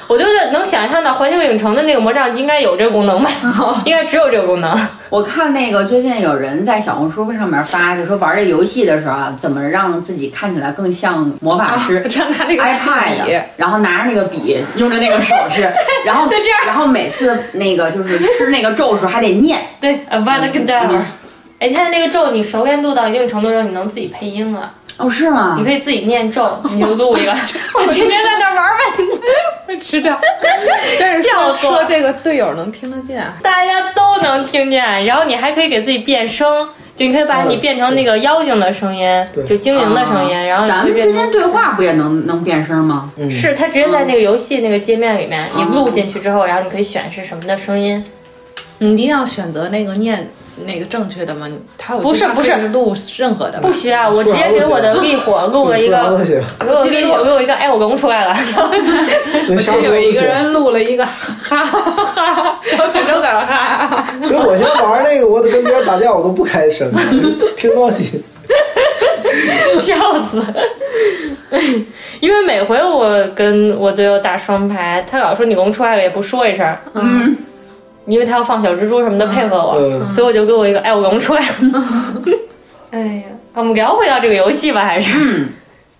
我就能想象到环球影城的那个魔杖应该有这个功能吧，哦应该只有这个功能。我看那个最近有人在小红书上面发，就说玩这游戏的时候啊，怎么让自己看起来更像魔法师。啊让他那个 iPad，笔的然后拿着那个笔，用着那个手 势，然后就这样然后每次那个就是施那个咒的时候还得念，对，啊，完了跟待会儿。哎，他的那个咒，你熟练度到一定程度之后，你能自己配音了，哦，是吗你？可以自己念 咒，你就录一个。啊我 天天在那玩儿呗，我知道， 但是笑说死我说这个队友能听得见，啊大家都能听见，然后你还可以给自己变声，就你可以把你嗯变成那个妖精的声音，对就精灵的声音，啊然后咱你就们变之成间对话不也能能变声吗？是它直接在那个游戏那个界面里面，你录进去之后，然后你可以选是什么的声音。你一定要选择那个念那个正确的吗？他有不是计划不是可以录任何的吧，不需要，我直接给啊我的力火录了一说 啥都个， 行，给我给我给我一个，哎，我融出 来了，你我记瞎得说有就一个行。人录了一个 哈哈哈哈，然后全都在那哈哈哈哈。所以我现在玩那个，我得跟别人打架，我都不开 声，听到你 笑死！ 因为每回我跟我队友打双排，他老说你龙出来了也不说一声，嗯，因为他要放小蜘蛛什么的配合我，嗯所以我就给我一个哎我龙出来了。哎呀，我们聊回到这个游戏吧，还是、嗯，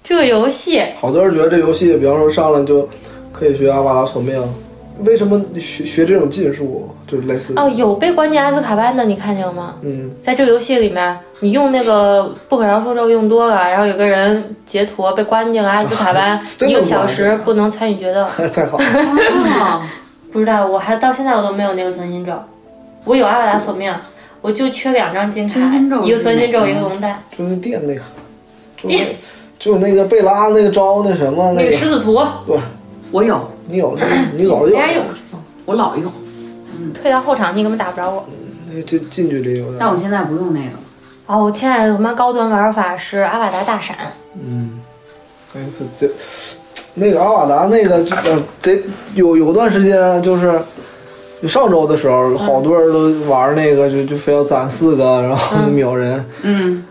这个游戏好多人觉得这游戏，比方说上来就可以学阿瓦达索命，为什么你学学这种禁术？就是类似，哦，有被关进阿兹卡班的，你看见了吗？嗯，在这个游戏里面，你用那个不可饶恕咒用多了，然后有个人截图被关进了阿兹卡班 真一的吗个小时，不能参与决 斗。太好 了，哦不知道，我还到现在我都没有那个存心咒，我有阿瓦达索命，我就缺两张金卡存心咒，一个存心咒，是哪一个个龙带，就那电那个，就那就那个贝拉那个招那什么那那个狮个，子图对我有，你有你你早没就有啥用，了，我老用，退到后场你根本打不着我。那个近近距离有但我点，现在不用那个了。哦，我现在他妈高端玩法是阿瓦达大闪，嗯，哎这这。那个阿瓦达，那个呃，这有有段时间就是，就上周的时候，好多人都玩那个，就就非要攒四个，然后嗯秒人。嗯，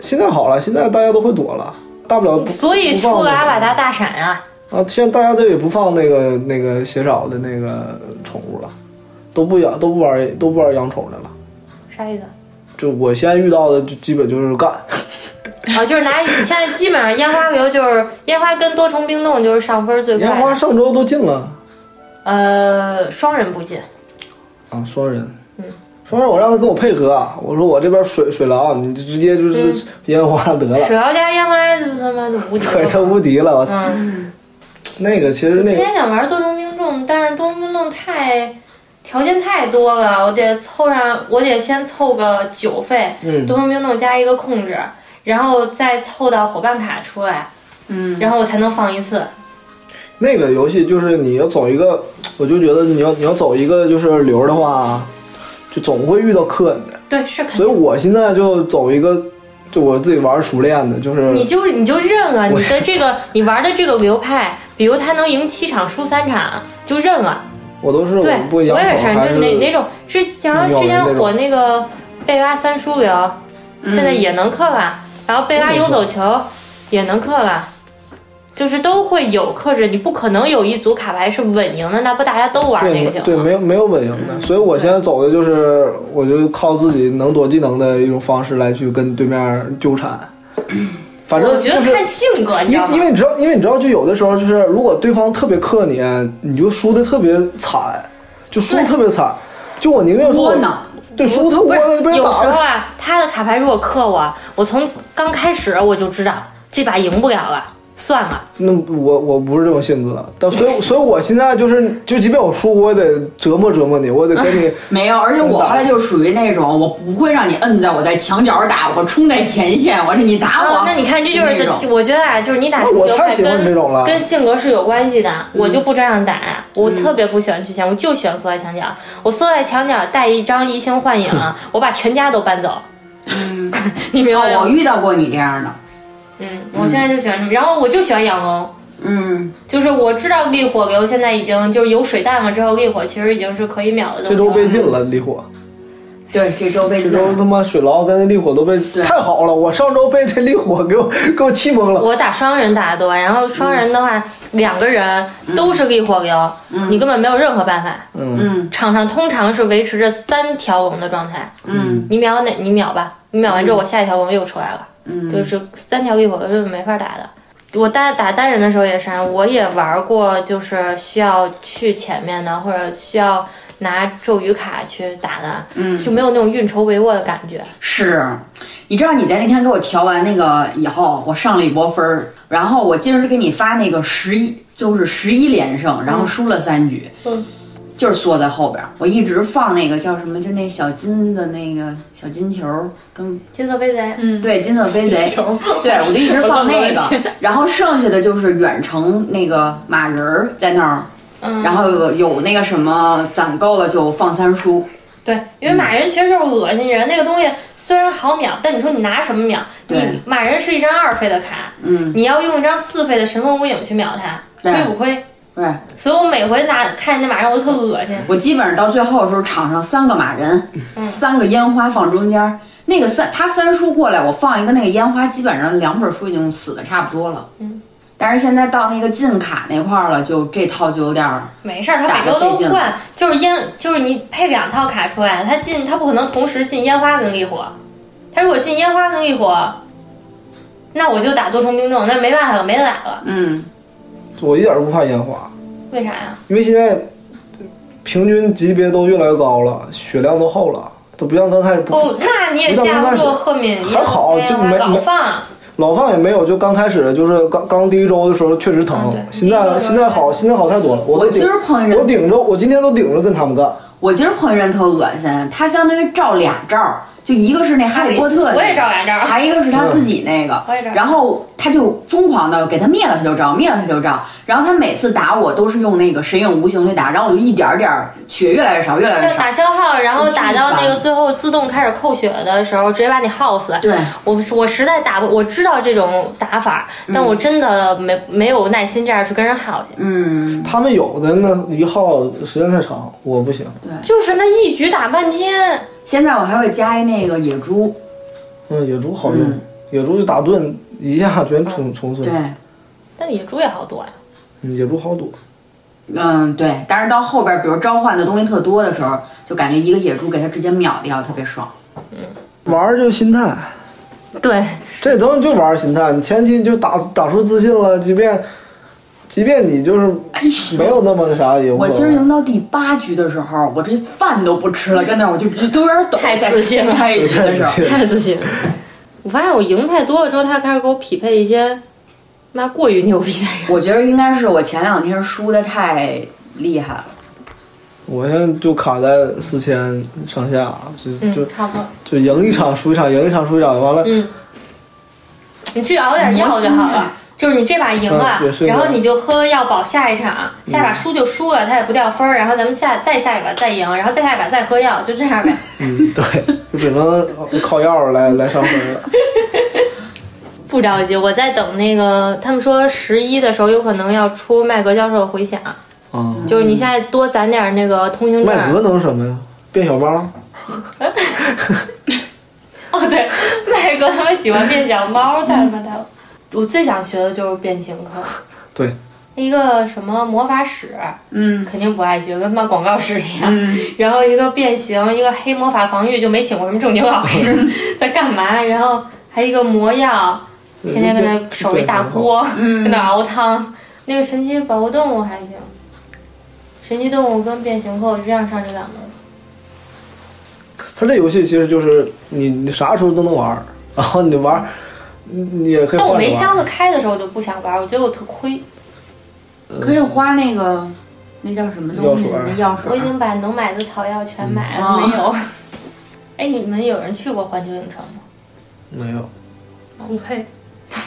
现在好了，现在大家都会躲了，大不了不所以不放出个那阿瓦达大闪啊，啊，现在大家都也不放那个那个血少的那个宠物了，都不养都不玩都不玩养宠的了。啥意思？就我现在遇到的，就基本就是干，啊，就是拿现在基本上烟花流就是烟花跟多重冰冻就是上分最快烟的。花上周都进了呃，双人不进，啊，双人。嗯双人，我让他跟我配合啊！我说我这边水水牢，啊你就直接嗯就是烟花得了， 水妖加烟花就他妈的无敌了。对，他无敌了！我操，嗯，那个其实那之个前想玩多重冰冻，但是多重冰冻太条件太多了，我得凑上，我得先凑个酒费，嗯多重冰冻加一个控制，然后再凑到伙伴卡出来，嗯，然后我才能放一次。那个游戏就是你要走一个，我就觉得你要你要走一个就是流的话，就总会遇到克你的。对，是肯所以定。我现在就走一个，就我自己玩熟练的，就是你就你就认了，我你的这个你玩的这个流派，比如他能赢七场输三场，就认了。我都是对，不我养也宠是，还就是是哪哪种之前鸟人之前那种火那个贝拉三叔流，现在也能克了，然后贝嗯拉游走球也能克了。就是都会有克制，你不可能有一组卡牌是稳赢的，那不大家都玩那个对嗯没情对况？没有没有稳赢的，所以我现在走的就是我就靠自己能躲技能的一种方式来去跟对面 纠缠，反我正觉就得是。看性格，你知因道吗因？为你知道，因为你知道，就有的时候就是，如果对方特别克你，你就输的特别惨，就输得特别惨。就我宁愿说窝我囊，对，输得特不窝是囊，就被有人时打候了。啊，他的卡牌如果克我，我从刚开始我就知道这把赢不了了，算了。那我我不是这种性格，但所以所以我现在就是，就即便我输，我也得折磨折磨你，我得跟嗯你没有，而且我后来就属于那种，我不会让你摁在我在墙角打，我冲在前线，我说你打我。啊，那你看，这就是那种，我觉得啊，就是你打出我流太派喜欢跟这种了嗯跟性格是有关系的。我就不这样打，我特别不喜欢去墙，我就喜欢缩在墙角。我缩在墙角带一张移形换影，我把全家都搬走。嗯， 你明白哦，吗？我遇到过你这样的，嗯，我现在就喜欢这么，然后我就喜欢养龙。嗯，就是我知道烈火流现在已经就是有水弹了之后，烈火其实已经是可以秒的东西这了。周被禁了，离火。对，这周被这禁了周他妈水牢跟离火都被对太好了，我上周被这离火给我 给我气懵了。我打双人打的多，然后双人的话，两个人都是烈火流，你根本没有任何办法。嗯，场上通常是维持着三条龙的状态。嗯，你秒哪？你秒吧，你秒完之后，我下一条龙又出来了。嗯，就是三条力我是没法打的。我单打单人的时候也是啊，我也玩过，就是需要去前面的，或者需要拿咒语卡去打的，嗯，就没有那种运筹帷幄的感觉。是，你知道你在那天给我调完那个以后，我上了一波分儿，然后我今儿给你发那个十一，就是十一连胜，然后输了三局，嗯，就是缩在后边儿，我一直放那个叫什么，就那小金的那个小金球儿跟金色飞贼，嗯，对金色飞贼，对我就一直放那个，然后剩下的就是远程那个马人儿在那儿，嗯，然后有有那个什么攒够了就放三叔，对，因为马人其实就是恶心人，那个东西虽然好秒，但你说你拿什么秒？对你马人是一张二费的卡，嗯，你要用一张四费的神风无影去秒它，对亏不亏？对，所以我每回拿看见那马人我都特恶心。我基本上到最后的时候，场上三个马人，嗯三个烟花放中间儿。那个三他三叔过来，我放一个那个烟花，基本上两本书已经死的差不多了。嗯，但是现在到那个禁卡那块儿了，就这套就有点儿没事儿，他打每周得都费劲换，就是烟，就是你配两套卡出来，他进他不可能同时进烟花跟烈火，他如果进烟花跟烈火，那我就打多重兵种，那没办法了，没得打了，嗯我一点都不怕烟花，为啥呀？因为现在平均级别都越来越高了，血量都厚了，都不像刚开始不哦不，哦那你也架不住后面也还好有加就烟花没老没放。老放也没有，就刚开始就是刚刚第一周的时候确实啊疼，嗯对现第一周在的时候现在好，现在好太多了。我我都今顶，儿碰一我人，顶着，我今天都顶着跟他们干。我今儿碰一人特恶心，他相当于照俩照儿，就一个是那哈利波特那个，我也照来这儿，嗯还一个是他自己那个我也知道，然后他就疯狂的给他灭了，他就照，灭了他就照，然后他每次打我都是用那个神影无形去打，然后我就一点儿点儿血越来越少，越来越像少。打消耗，然后打到那巨个烦最后自动开始扣血的时候，直接把你耗死。对，我我实在打不，我知道这种打法，但我真的没没有耐心这样去跟人耗去。嗯，他们有的呢一耗时间太长，我不行。就是那一局打半天，现在我还会加一那个野猪，嗯，野猪好用，嗯野猪就打盾一下全冲冲碎对，，但野猪也好多呀。嗯野猪好躲。嗯对，但是到后边儿，比如召唤的东西特多的时候，就感觉一个野猪给他直接秒掉，特别爽。玩儿就心态，对，这东西就玩儿心态。你前期就打打出自信了，即便即便你就是哎没有那么那啥，也无我今所儿谓赢。到第八局的时候，我这饭都不吃了，跟那儿我 就都有点抖。太在自信了开一局的时候，太自信了。我发现我赢太多了之后，他开始给我匹配一些妈过于牛逼的人。我觉得应该是我前两天输的太厉害了。我现在就卡在四千上下，就就嗯，差不多。就赢一场输一场，赢一场输一场，完了嗯，你去熬点药就好了。就是你这把赢了嗯对，是的然后你就喝药保下一场，嗯下一把输就输了，他也不掉分儿，然后咱们下再下一把再赢，然后再下一把再喝药，就这样 呗。嗯，对，就只能靠药来来上分了。不着急，我在等那个，他们说十一的时候有可能要出麦格教授的回响，啊、就是你现在多攒点那个通行麦格证。能什么呀？变小猫？哦，对， 麦格他们喜欢变小猫，他们他们。我最想学的就是变形 课，对，一个什么魔法史，嗯肯定不爱学，跟他妈广告室一样。嗯，然后一个变形，一个黑魔法防御，就没请过什么正经老嗯师 在干嘛。然后还一个魔药，天天跟他守一大锅，嗯 跟那熬汤。那个神奇宝物动物还行，神奇动物跟变形课我就这样上这两门。它这游戏其实就是你你啥时候都能玩儿，然后你玩儿，你你也可以但我换没着玩箱儿。子开的时候我就不想玩，我觉得我特亏。可以花那个那叫什么东西？药水儿那药水我已儿。经把能买的草药全买了，嗯没有。 哎，你们有人去过环球影城吗？没有，不配，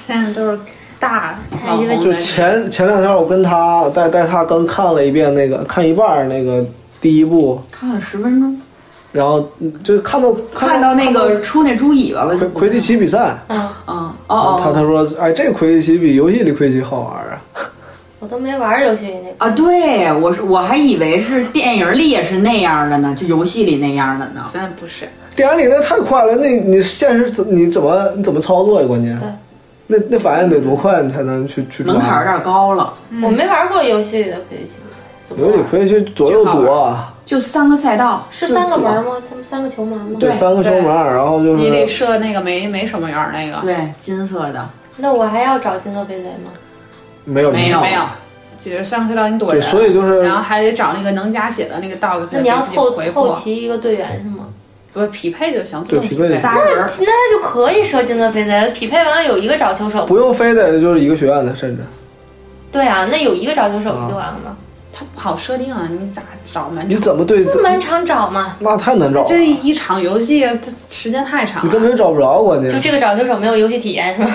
现在都是大网嗯哦红就的前前两天我跟他带带他刚看了一遍那个看一半儿那个第一部，看了十分钟，然后就看到看到那个出那猪尾巴了魁就。魁地奇比赛，嗯，嗯哦他哦他说哎这魁地奇比游戏里魁地奇好玩儿啊，我都没玩游戏里那个。啊，对我是我还以为是电影里也是那样的呢，就游戏里那样的呢。现在不是，电影里那太快了，那你现实怎你怎么你怎么操作呀？关键对，那那反应得多快你才能去去抓门槛有点高了，我没玩过游戏里的飞行，怎么有玩理可以去左右躲，啊就三个赛道，是三个门儿吗？他们三个球门吗？对，三个球门，然后就你得是设那个没没守门员儿那个，对，金色的，那我还要找金色飞贼吗？没有没有没有，就是三个赛道你躲对，人，所以就是然后还得找那个能加血的那个道，那你要给自己凑回凑过，齐一个队员是吗？不是匹配就行，自对动匹配就行仨仨人儿，那他就可以设金色飞贼，匹配完了有一个找球手。不用非得就是一个学院的，甚至对啊，那有一个找球手不就完了吗？它不好设定啊，你咋找满你场？怎么对那满场找嘛，那太难找了，这一场游戏它时间太长你根了，本就找不着，关就键这个找球手没有游戏体验是吗？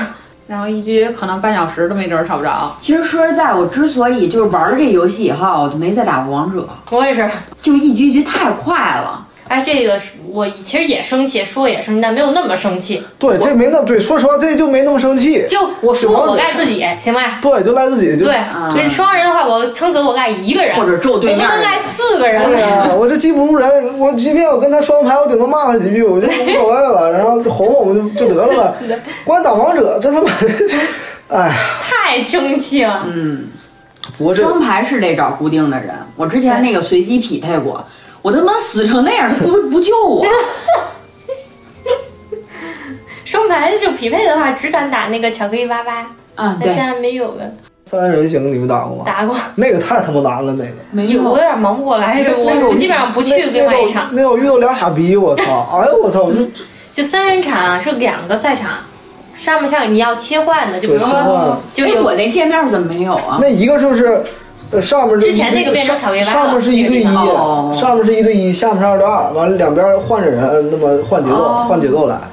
然后一局可能半小时都没准儿找不着。其实说实在，我之所以嗯就是玩了这游戏以后，我就没再打王者，我也是，就一局一局太快了。哎，这个是我其实也生气，说也生气，但没有那么生气。对，这没那对，说实话，这就没那么生气。就我说我爱自己，行吧？对，就赖自己。就对，所以双人的话，我撑死我爱一个人，啊或者咒对面我不能爱四个人。对啊呀、我这技不如人，我即便我跟他双排，我顶多骂他几句，我就无所谓了，然后哄哄就就得了 呗。关打王者，这他妈的，哎，太争气了。不过这双排是得找固定的人。我之前那个随机匹配过，我他妈死成那样，他不不救 我。双排就匹配的话，只敢打那个巧克力巴巴，啊，但现对，在没有了。三人行你们打过吗？打过，那个太他妈难了，那个。没有我有点忙不过来，是那个我我基本上不去那另外一场，那我遇到俩傻逼，我操！ 哎呦我操！我就就三人场是两个赛场，上面下面你要切换的，就比对如切换说，就哎，有我那界面怎么没有啊？那一个就是，呃，上面就之前那个变成小夜班了上上面是一对一，那个地方哦上面是一对一，下面是二对二，完了两边换着人，呃那么换节奏，哦换节奏来，啊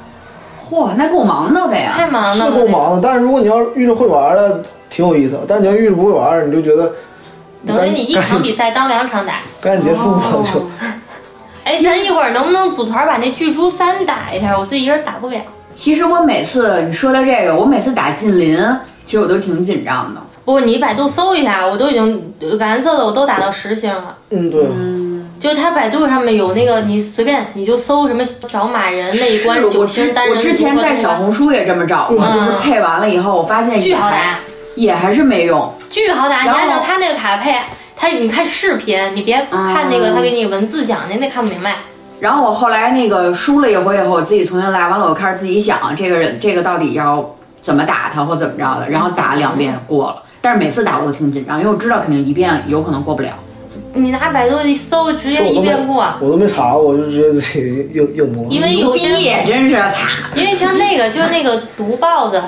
嚯，那够忙叨的呀！太忙是了。够忙。但是如果你要是遇着会玩的，挺有意思；但是你要遇着不会玩，你就觉得等于你一场 比赛哦当两场打。赶紧结束吧，就哎，咱一会儿能不能组团把那巨猪三打一下？我自己一人打不了。其实我每次你说到这个，我每次打近邻，其实我都挺紧张的。不过你百度搜一下，我都已经蓝色的我都打到十星了。嗯，对，就是它百度上面有那个，你随便你就搜什么找马人那一关是九我星之单人，啊我之前在小红书也这么找过，就是配完了以后，我发现嗯巨也好还打，也还是没用。巨好打。你然后按照他那个卡配，他你看视频，你别看那个嗯他给你文字讲的，那看不明白。然后我后来那个输了一回以后，我自己重新来，完了我开始自己想这个人这个到底要怎么打他或怎么着的，然嗯后打两遍过了，但是每次打我都挺紧张，因为我知道肯定一遍有可能过不了。你拿百度一搜，直这接我一都没遍过。啊我都没查，我就直接自己硬硬摸。因为有牛逼些，也真是惨，因为像那个就是那个毒豹子，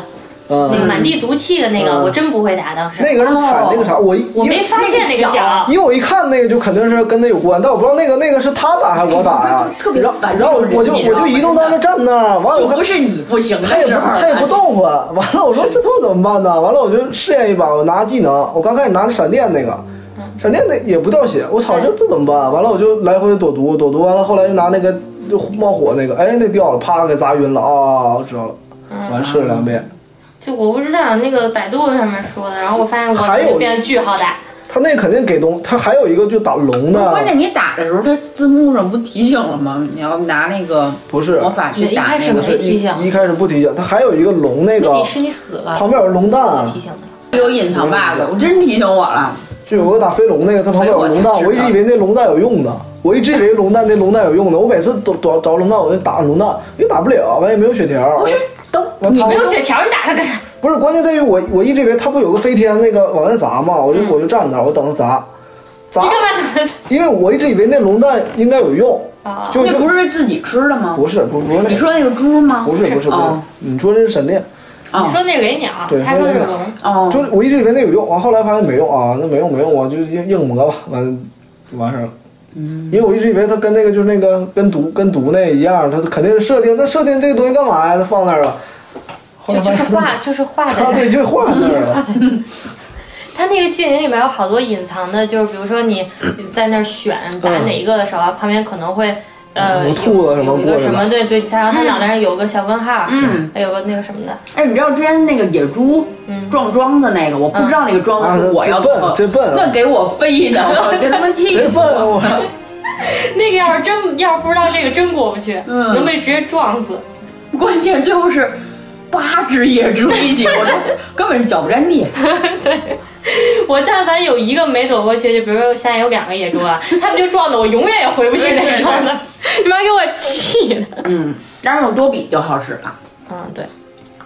那个嗯，满地毒气的那个，嗯我真不会打，当时那个是踩那个啥，我一哦我没发现那个啊脚。因为我一看那个就肯定是跟他有关，但我不知道那个那个是他打还是我打呀、特别然后烦然后我这我种就人你知我道就吗移动到那站那儿，完了就我看不是你不行他的也不时候，他啊也不动换，完了我说这他妈怎么办呢？完了我就试验一把，我拿技能，我刚开始拿的闪电那个。嗯闪电那也不掉血，我操，这这怎么办？啊完了我就来回躲毒，躲毒完了，后来就拿那个就冒火那个，哎，那掉了，啪给砸晕了啊！我知道了，嗯完试了两遍。就我不知道那个百度上面说的，然后我发现还我有就变得巨好打，他那肯定给东，他还有一个就打龙的，关键你打的时候，它字幕上不提醒了吗？你要拿那个不是魔法去一打开那始个没是提醒一一开始不提醒，它还有一个龙那那个你是你死了，旁边有龙蛋啊提，醒的，有隐藏 bug，我嗯真提醒我了。就有个打飞龙那个，它旁边有龙蛋，所以我我才一直以知道为那龙蛋有用呢，我一直以为龙蛋那龙蛋有用呢，我每次都找找龙蛋我就打龙蛋，又打不了，完也没有血条，不是，都我你怕没没有有血条你打它干啥？不是关键在于我我一直以为它不有个飞天那个往外砸嘛，我就我就站那儿我等它砸，砸你，干嘛打它？ 因为我一直以为那龙蛋应该有用，啊，就那就不是自己吃的吗？不是不不是那个，你说那个猪吗？不是不是不是哦，你说这是闪电，哦啊你说那是雷鸟对，他说的是说那龙，哦，就是我一直以为那有用，完后来发现没用啊，那没用没用，我就硬硬磨吧，完就完事儿了。嗯，因为我一直以为它跟那个就是那个跟毒跟毒那一样，它肯定设定，那设定这个东西干嘛呀？它放那儿了，后就来就发是现画 就是画的啊，对，就画那儿 了。它那个技能里面有好多隐藏的，就是比如说你在那儿选打哪一个的时候，旁边可能会呃有有兔子什么有一个过来什嗯了么对对，然后他脑袋上有个小问号，嗯，还有个那个什么的，哎，你知道之前那个野猪嗯撞桩子那个，我不知道那个桩子是我要做啊的，真笨真笨那给我飞的，我真他 妈气谁死笨啊我！我？那个要是真要是不知道这个真过不去，嗯能被直接撞死。关键最后是八只野猪一起，我 这根本是脚不沾地。对，我但凡有一个没躲过去，就比如说现在有两个野猪 啊，他们就撞的我永远也回不去那种了，你妈给我气的。嗯，但是用多比就好使了。嗯，对，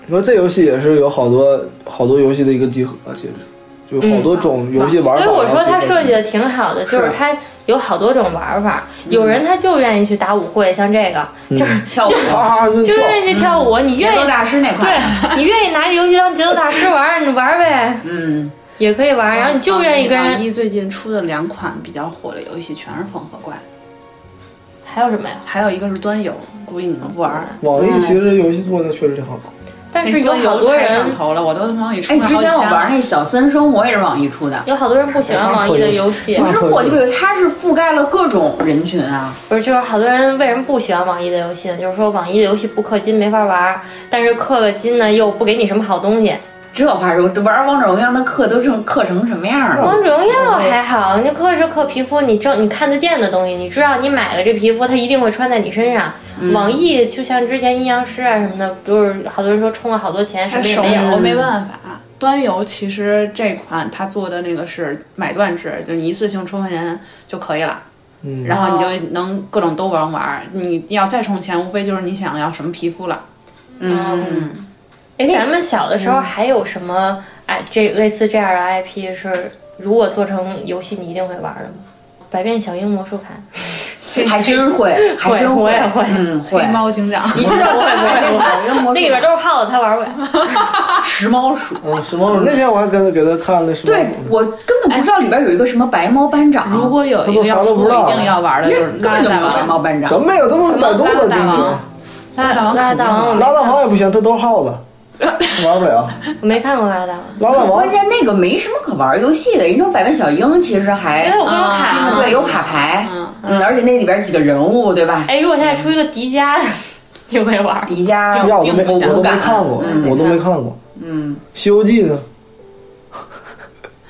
你说这游戏也是有好多好多游戏的一个集合，其实就有好多种游戏玩嗯所法。啊以我说然它后设计的挺好的，就是是它有好多种玩法，有人他就愿意去打舞会，像这个就是跳舞，哈哈啊就就跳，愿意去跳舞，你节愿奏意大师那块，对，你愿意拿着游戏当节奏大师玩儿，你玩儿呗，嗯，也可以玩儿，然后你就愿意跟网人易最近出的两款比较火的游戏全是缝合怪，还有什么呀？还有一个是端游，估计你们不玩儿。哎网易其实游戏做的确实挺好，但是有好多太上人，头了，我都他妈也出哎，不了之好几前千我了啊玩那小森生，我也是网易 出的，有好多人不喜欢网易的游戏不，是会我就它是覆盖了各种人群啊。不是就是好多人为什么不喜欢网易的游戏呢？就是说网易的游戏不氪金没法玩，但是氪了金呢又不给你什么好东西。这话说，玩王者荣耀那氪都成氪成什么样了？王者荣耀还好，你氪是氪皮肤，你正你看得见的东西，你知道你买了这皮肤，它一定会穿在你身上。网易就像之前阴阳师啊什么的，不是好多人说充了好多钱，什它么也手没游有。没办法。端游其实这款它做的那个是买断制，就你一次性充钱就可以了，嗯然后你就能各种都玩玩。你要再充钱，无非就是你想要什么皮肤了。嗯，哎，咱们小的时候还有什么哎，这类似这样的 IP 是如果做成游戏，你一定会玩的吗？百变小樱魔术卡，嗯还真会，还真我也会嗯，会黑。猫警长，你知道我 有一个魔啊那里边都是耗子，他玩过呀。石猫鼠，嗯，什么？那天我还跟他给他看了什么？对我根本不知道里边有一个什么白猫班长，如果有一个要出一定要玩的，就是根拉本就没大有白王。猫班咱长。们没有，他不是百度拉的。大王，拉大王拉肯定大王我玩，没拉大王也不行，他都是耗 子，玩不了。我没看过拉大王，拉大王关键那个没什么可玩游戏的，人种百变小樱其实还因为我不用卡嗯啊嘛对，有卡牌，嗯，而且那里边几个人物，对吧？哎，如果现在出一个迪迦， 你会玩？迪迦，这样我都没并不我想都没敢看过，嗯我都没看过。嗯， 《西游记》呢？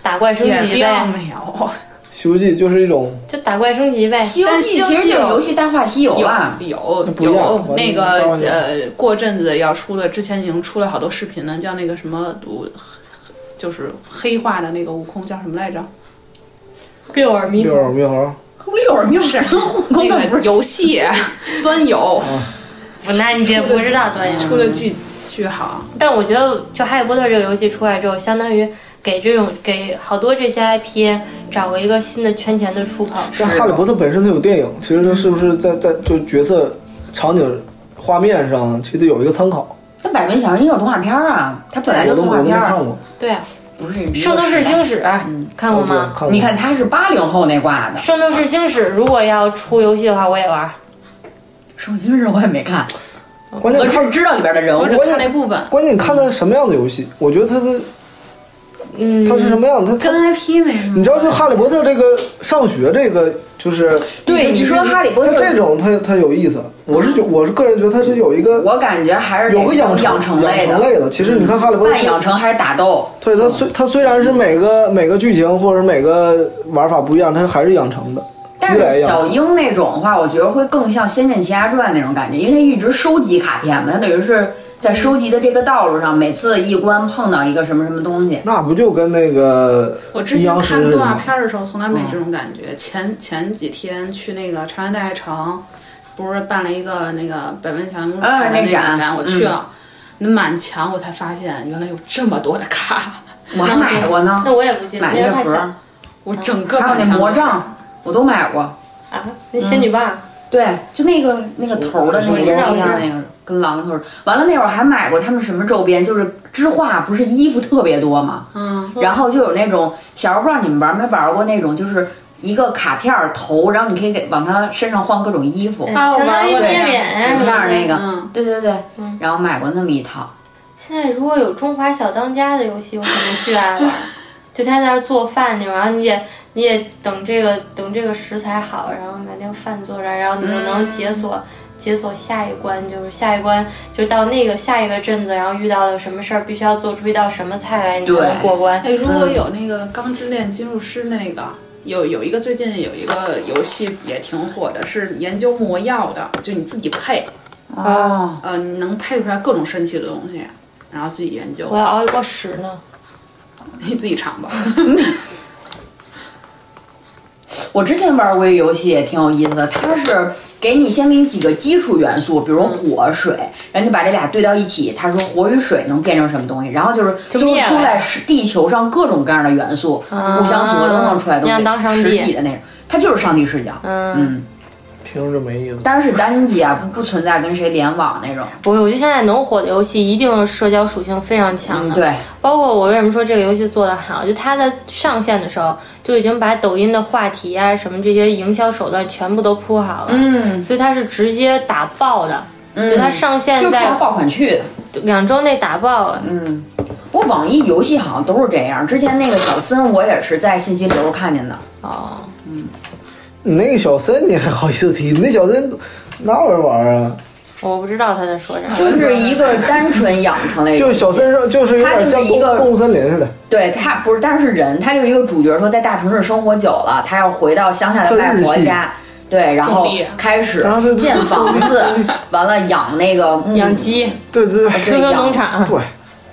打怪升也级并呗，没《有。西游记》就是一种就打怪升级呗。 《西游但记西》游其实记就是有游戏《大话西游》啊，有不一样有我那告诉个你呃，过阵子要出了，之前已经出了好多视频了，叫那个什么，我就是黑化的那个悟空叫什么来着？六耳猕六猴，耳猕猴，六耳猕猴，那个游戏端游不，那你也不知道端游。出了巨巨好，但我觉得，就《哈利波特》这个游戏出来之后，相当于给这种给好多这些 IP 找了一个新的圈钱的出口。但《哈利波特》本身它有电影，其实它是不是在在就角色场景画面上，其实有一个参考。那百变小樱有动画片儿啊，它本来我就都动我画都没片看儿，过，啊对啊，不是一个《圣斗士时代星矢》嗯看过吗？看过你看，他是八零后那挂的，《圣斗士星矢》如果要出游戏的话，我也玩。首先是我也没看，关我键只看是知道里边的人物我。只看那部分。关键你看它什么样的游戏，我觉得它是嗯，它是什么样的，它它。跟 IP 没什你知道，就《哈利波特》这个上学这个，就是对你说哈利波特它这种，它它有意思。我是觉，我是个人觉得它是有一个我感觉还是得有个啊养成养成类的，嗯类的。其实你看《哈利波特》半养成还是打斗，对它虽它虽然是每个每个剧情或者每个玩法不一样，它还是养成的，但积累是养小成。樱那种的话，我觉得会更像《仙剑奇侠传》那种感觉，因为他一直收集卡片嘛，他等于是在收集的这个道路上，每次一关碰到一个什么什么东西，那不就跟那个我之阴前阳师看似的动画吗？片的时候，从来没这种感觉。前前几天去那个长安大悦城，不是办了一个那个百万强啊拍的那那个展展，我去了，那满墙我才发现原来有这么多的卡，我还买过呢，那我也不记得，买那一时候太个盒小儿，我整个还有满那墙都魔是杖，我都买过。啊，那仙女棒。对，就那个那个头儿的那个我一知道样那个，跟狼头儿。完了那会儿还买过他们什么周边，就是织画，不是衣服特别多嘛。嗯，然后就有那种小时候不知道你们玩没玩过那种，就是一个卡片儿头，然后你可以给往他身上换各种衣服，啊我相当玩于过那捏个脸纸什片么儿的那个。嗯对对对，然后买过那么一套。现在如果有中华小当家的游戏，我肯定巨爱玩。就天天在那儿做饭那种，然后你也你也等这个等这个食材好，然后把那个饭做出来，然后你就能嗯解锁、解锁下一关，就是下一关就到那个下一个镇子，然后遇到了什么事儿，必须要做出一道什么菜来，你才能对过关。哎，如果嗯有那个《钢之炼金术师》那个，有有一个最近有一个游戏也挺火的，是研究魔药的，就你自己配，哦，呃，你能配出来各种神奇的东西，然后自己研究我，要熬一锅屎呢。 你自己尝 吧。我之前玩过一游戏也挺有意思的，它是给你先给你几个基础元素，比如火、水，嗯然后你把这俩对到一起，他说火与水能变成什么东西，然后就是最后灭了出来是地球上各种各样的元素，互相组合都能出来的你想东当西，上帝实体的那种，它就是上帝视角，嗯，嗯，听着没意思。当然是单机啊，不不存在跟谁联网那种，不是，我觉得现在能火的游戏一定是社交属性非常强嗯，的。对，包括我为什么说这个游戏做得好，就它在上线的时候就已经把抖音的话题啊什么这些营销手段全部都铺好了，嗯，所以它是直接打爆的。嗯就它嗯上线就在冲着爆款去的。两周内打爆了。不过网易游戏好像都是这样。之前那个小森，我也是在信息流看见的。哦，你那个小森，你还好意思提？你那小森哪玩意儿玩儿啊？我不知道他在说啥。 就是一个单纯养成类游就戏，是小森是就是有哎他点就是像一动个动物森林似的，对他不是，但是人，他就是一个主角，说在大城市生活久了，他要回到乡下的外婆他日系家，对，然后种地开始然后就建房子，完了养那个 牧养，鸡对对对啊对，QQ 养农场， 对，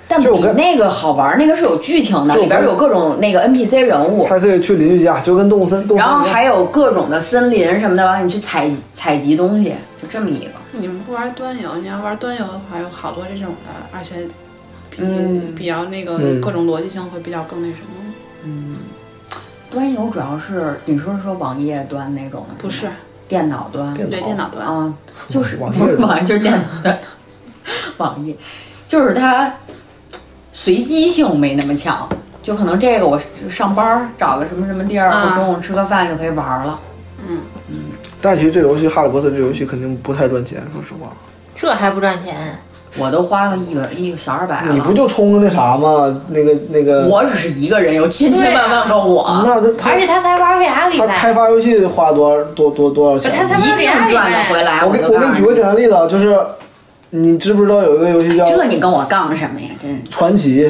但就比跟那个好玩，那个是有剧情的，就里边跟有各种那个 NPC 人物，还可以去邻居家，就跟动物森动物森然一后样还有各种的森林什么的，完了你去采采集东西，就这么一个。你们不玩端游，你要玩端游的话，有好多这种的，而且比、嗯比较那个嗯各种逻辑性会比较更那什么。端游主要是你说是说网页端那种的吗，不是，电脑端，电脑对电脑端，啊，就是网页不是端网页，就是电脑端， 网页，就是它随机性没那么强，就可能这个我上班儿找个什么什么地儿，啊我中午吃个饭就可以玩儿了。但其实这游戏《哈利波特》这游戏肯定不太赚钱，说实话。这还不赚钱？我都花了一百一小二百你不了，就冲个那啥吗？那个那个，啊我只是一个人，有千千万万个我，那他他而且他才玩个俩礼他拜，开发游戏花多少多多多少钱？啊啊他才一玩个定俩礼赚得回拜。来。我给就我给告你诉举个简单例子啊，就是你知不知道有一个游戏叫这《你跟我杠什么呀？真是传奇》？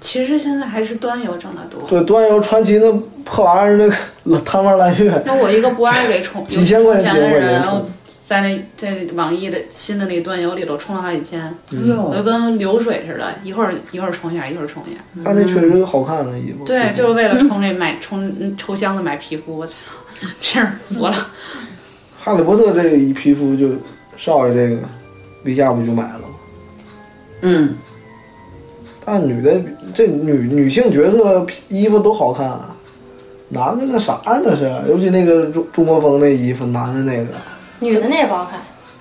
其实现在还是端游挣得多。对，端游《传奇》那破玩意儿，那个老贪玩蓝月，那我一个不爱给充几千块钱有充钱的我也人，充我在那在网易的新的那端游里头充了好几千，哎嗯哦我就呦，跟流水似的，一会儿一会儿充一下，一会儿充一下。嗯他那确实好看的衣服。对，就是为嗯了充这买充抽箱子买皮肤，我操，真是服了。哈利波特》这个一皮肤就少爷这个，李佳不就买了吗？嗯，但女的这女女性角色衣服都好看啊，男的那啥那是，尤其那个朱朱魔峰那衣服，男的那个。女的那也不好看，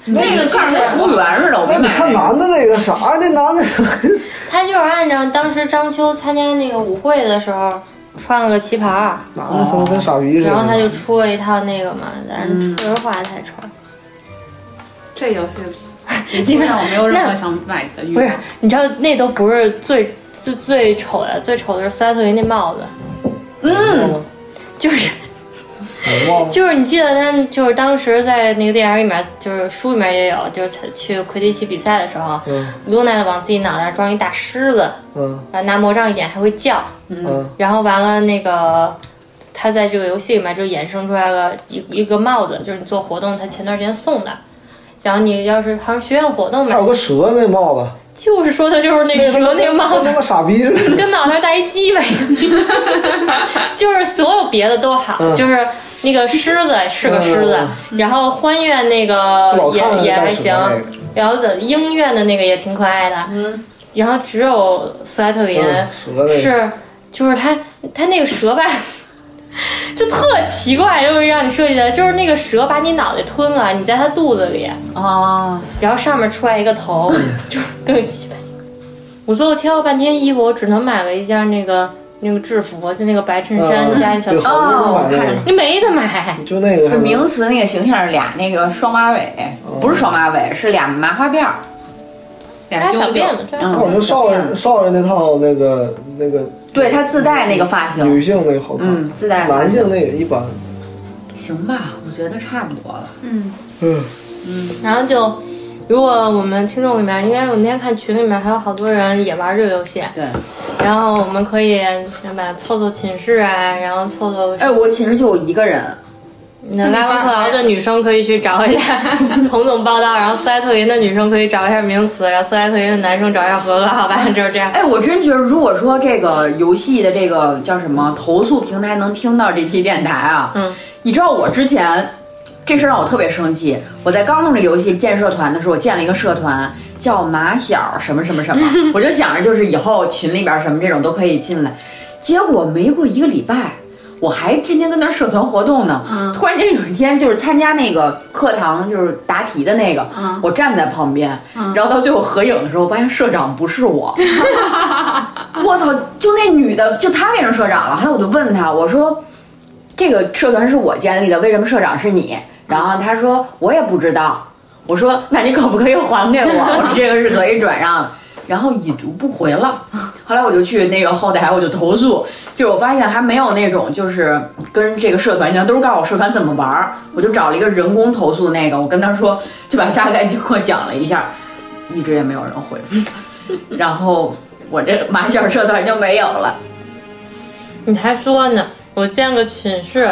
嗯那个就是跟服务员似的，我那哎你没买看那个。男的那个啥，那男的他就是按照当时张秋参加那个舞会的时候穿了个旗袍，男的他妈跟傻逼似哦的。然后他就嗯出了一套那个嘛，但是说实话才穿。这游 戏皮肤让我没有任何想买的欲不是望。，你知道那都不是最最最丑的，最丑的是三岁那帽子，嗯，就是没嗯忘了就是你记得他就是当时在那个电影里面，就是书里面也有，就是去魁地奇比赛的时候，嗯露娜往自己脑袋上装一大狮子，嗯完拿魔杖一点还会叫，嗯，然后完了那个。他在这个游戏里面就衍生出来了一一个帽子，就是你做活动，他前段时间送的。然后你要是好像学院活动还吧有，个蛇那帽子，就是说的就是那他哎妈蛇那个帽子他，妈傻逼似的。跟脑袋带一鸡呗， 就是所有别的都好，嗯就是那个狮子是个狮子，然后欢院那个老看哦也也那还带蛇行那个，然后怎鹰院的那个也挺可爱的，然后只有斯莱特林嗯蛇那个。是，就是他他那个蛇吧。 就特奇怪，就是让你设计的，就是那个蛇把你脑袋吞了，你在它肚子里，啊，然后上面出来一个头，就更气愤。我最后挑了半天衣服，我只能买了一件那个那个制服，就那个白衬衫加一哦小对，裤，嗯好多人买你那没得买。个，就那个还能名词那个形象是俩那个双马尾，不是双马尾，是俩麻花辫儿，俩还小舅舅，辫子，这嗯但我觉得少爷少爷那套那个那个对他自带那个发型，女性那个好看，嗯，自带男性那个一般。行吧，我觉得差不多了。嗯，嗯，然后就，如果我们听众里面，因为我那天看群里面还有好多人也玩这个游戏，对，然后我们可以对吧凑凑寝室啊，然后凑凑嗯哎，我寝室就我一个人，那拉文克劳的女生可以去找一下彭总报道，然后斯莱特林的女生可以找一下名词，然后斯莱特林的男生找一下合格，好吧，就是这样。哎，我真觉得如果说这个游戏的这个叫什么投诉平台能听到这期电台啊，嗯，你知道我之前这事儿让我特别生气，我在刚弄这游戏建社团的时候，我建了一个社团。叫马小什么什么什么，我就想着就是以后群里边什么这种都可以进来，结果没过一个礼拜，我还天天跟那儿社团活动呢。突然间有一天，就是参加那个课堂，就是答题的那个，我站在旁边，然后到最后合影的时候，发现社长不是我。 我操！就那女的，就她变成社长了。后来我就问她，我说这个社团是我建立的，为什么社长是你？然后她说我也不知道。我说那你可不可以还给我？ 我说这个是可以转让的。然后已读不回了。后来我就去那个后台，我就投诉，就是我发现还没有那种就是跟这个社团一样，都是告诉我社团怎么玩儿，我就找了一个人工投诉那个，我跟他说就把大概经过讲了一下，一直也没有人回复，然后我这马小社团就没有了。你还说呢？我建个寝室，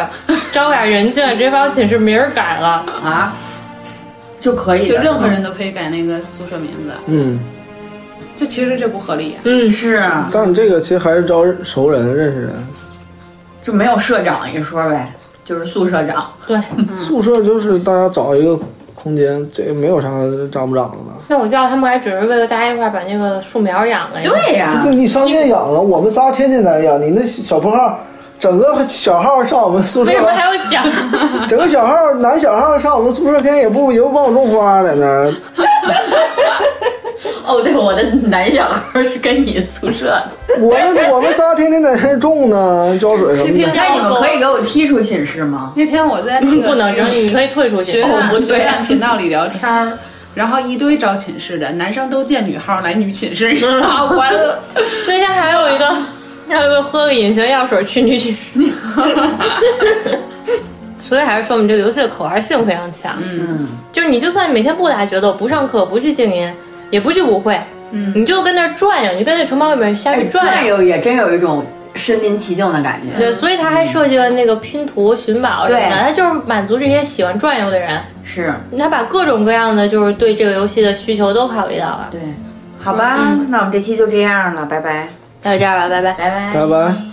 招揽人进，这把我寝室名儿改了。啊，就可以的就任何人都可以改那个宿舍名字，嗯，就其实这不合理。啊嗯，是啊但你这个其实还是招熟人、认识人。就没有社长一说呗，就是宿舍长。对。宿舍就是大家找一个空间，这没有啥长不长的吧？那我叫他们来，只是为了大家一块儿把那个树苗养了。，对呀、这你上店养啊，嗯我们仨天天在那养。你那小破号，整个小号上我们宿舍为，什么还要讲？整个小号男小号上我们宿舍，天天也不也不帮我种花，在那儿。哦，对，我的男小孩是跟你宿舍的。我那我们仨天天在那儿种呢，浇水什么 的。 那你们可以给我踢出寝室吗？那天我在那个不能扔，你可以退出学去。院不对学啊院哦频道里聊天儿，然后一堆招寝室的男生都建女号来女寝 室，然后完了，那天还有一个，还有一个喝个隐形药水去女寝室。 所以还是说，我们这个游戏的可玩性非常强。嗯，就是你就算每天不打决斗，不上课，不去静音，也不去舞会，嗯，你就跟那儿转悠，你就跟那城堡里面瞎哎去，转悠。转悠也真有一种身临其境的感觉。对，所以他还设计了那个拼图、寻宝什么对的，他就是满足这些喜欢转悠的人。是，他把各种各样的就是对这个游戏的需求都考虑到了。对，好吧，那我们这期就这样了，拜拜，到这儿吧，拜拜。拜拜拜拜。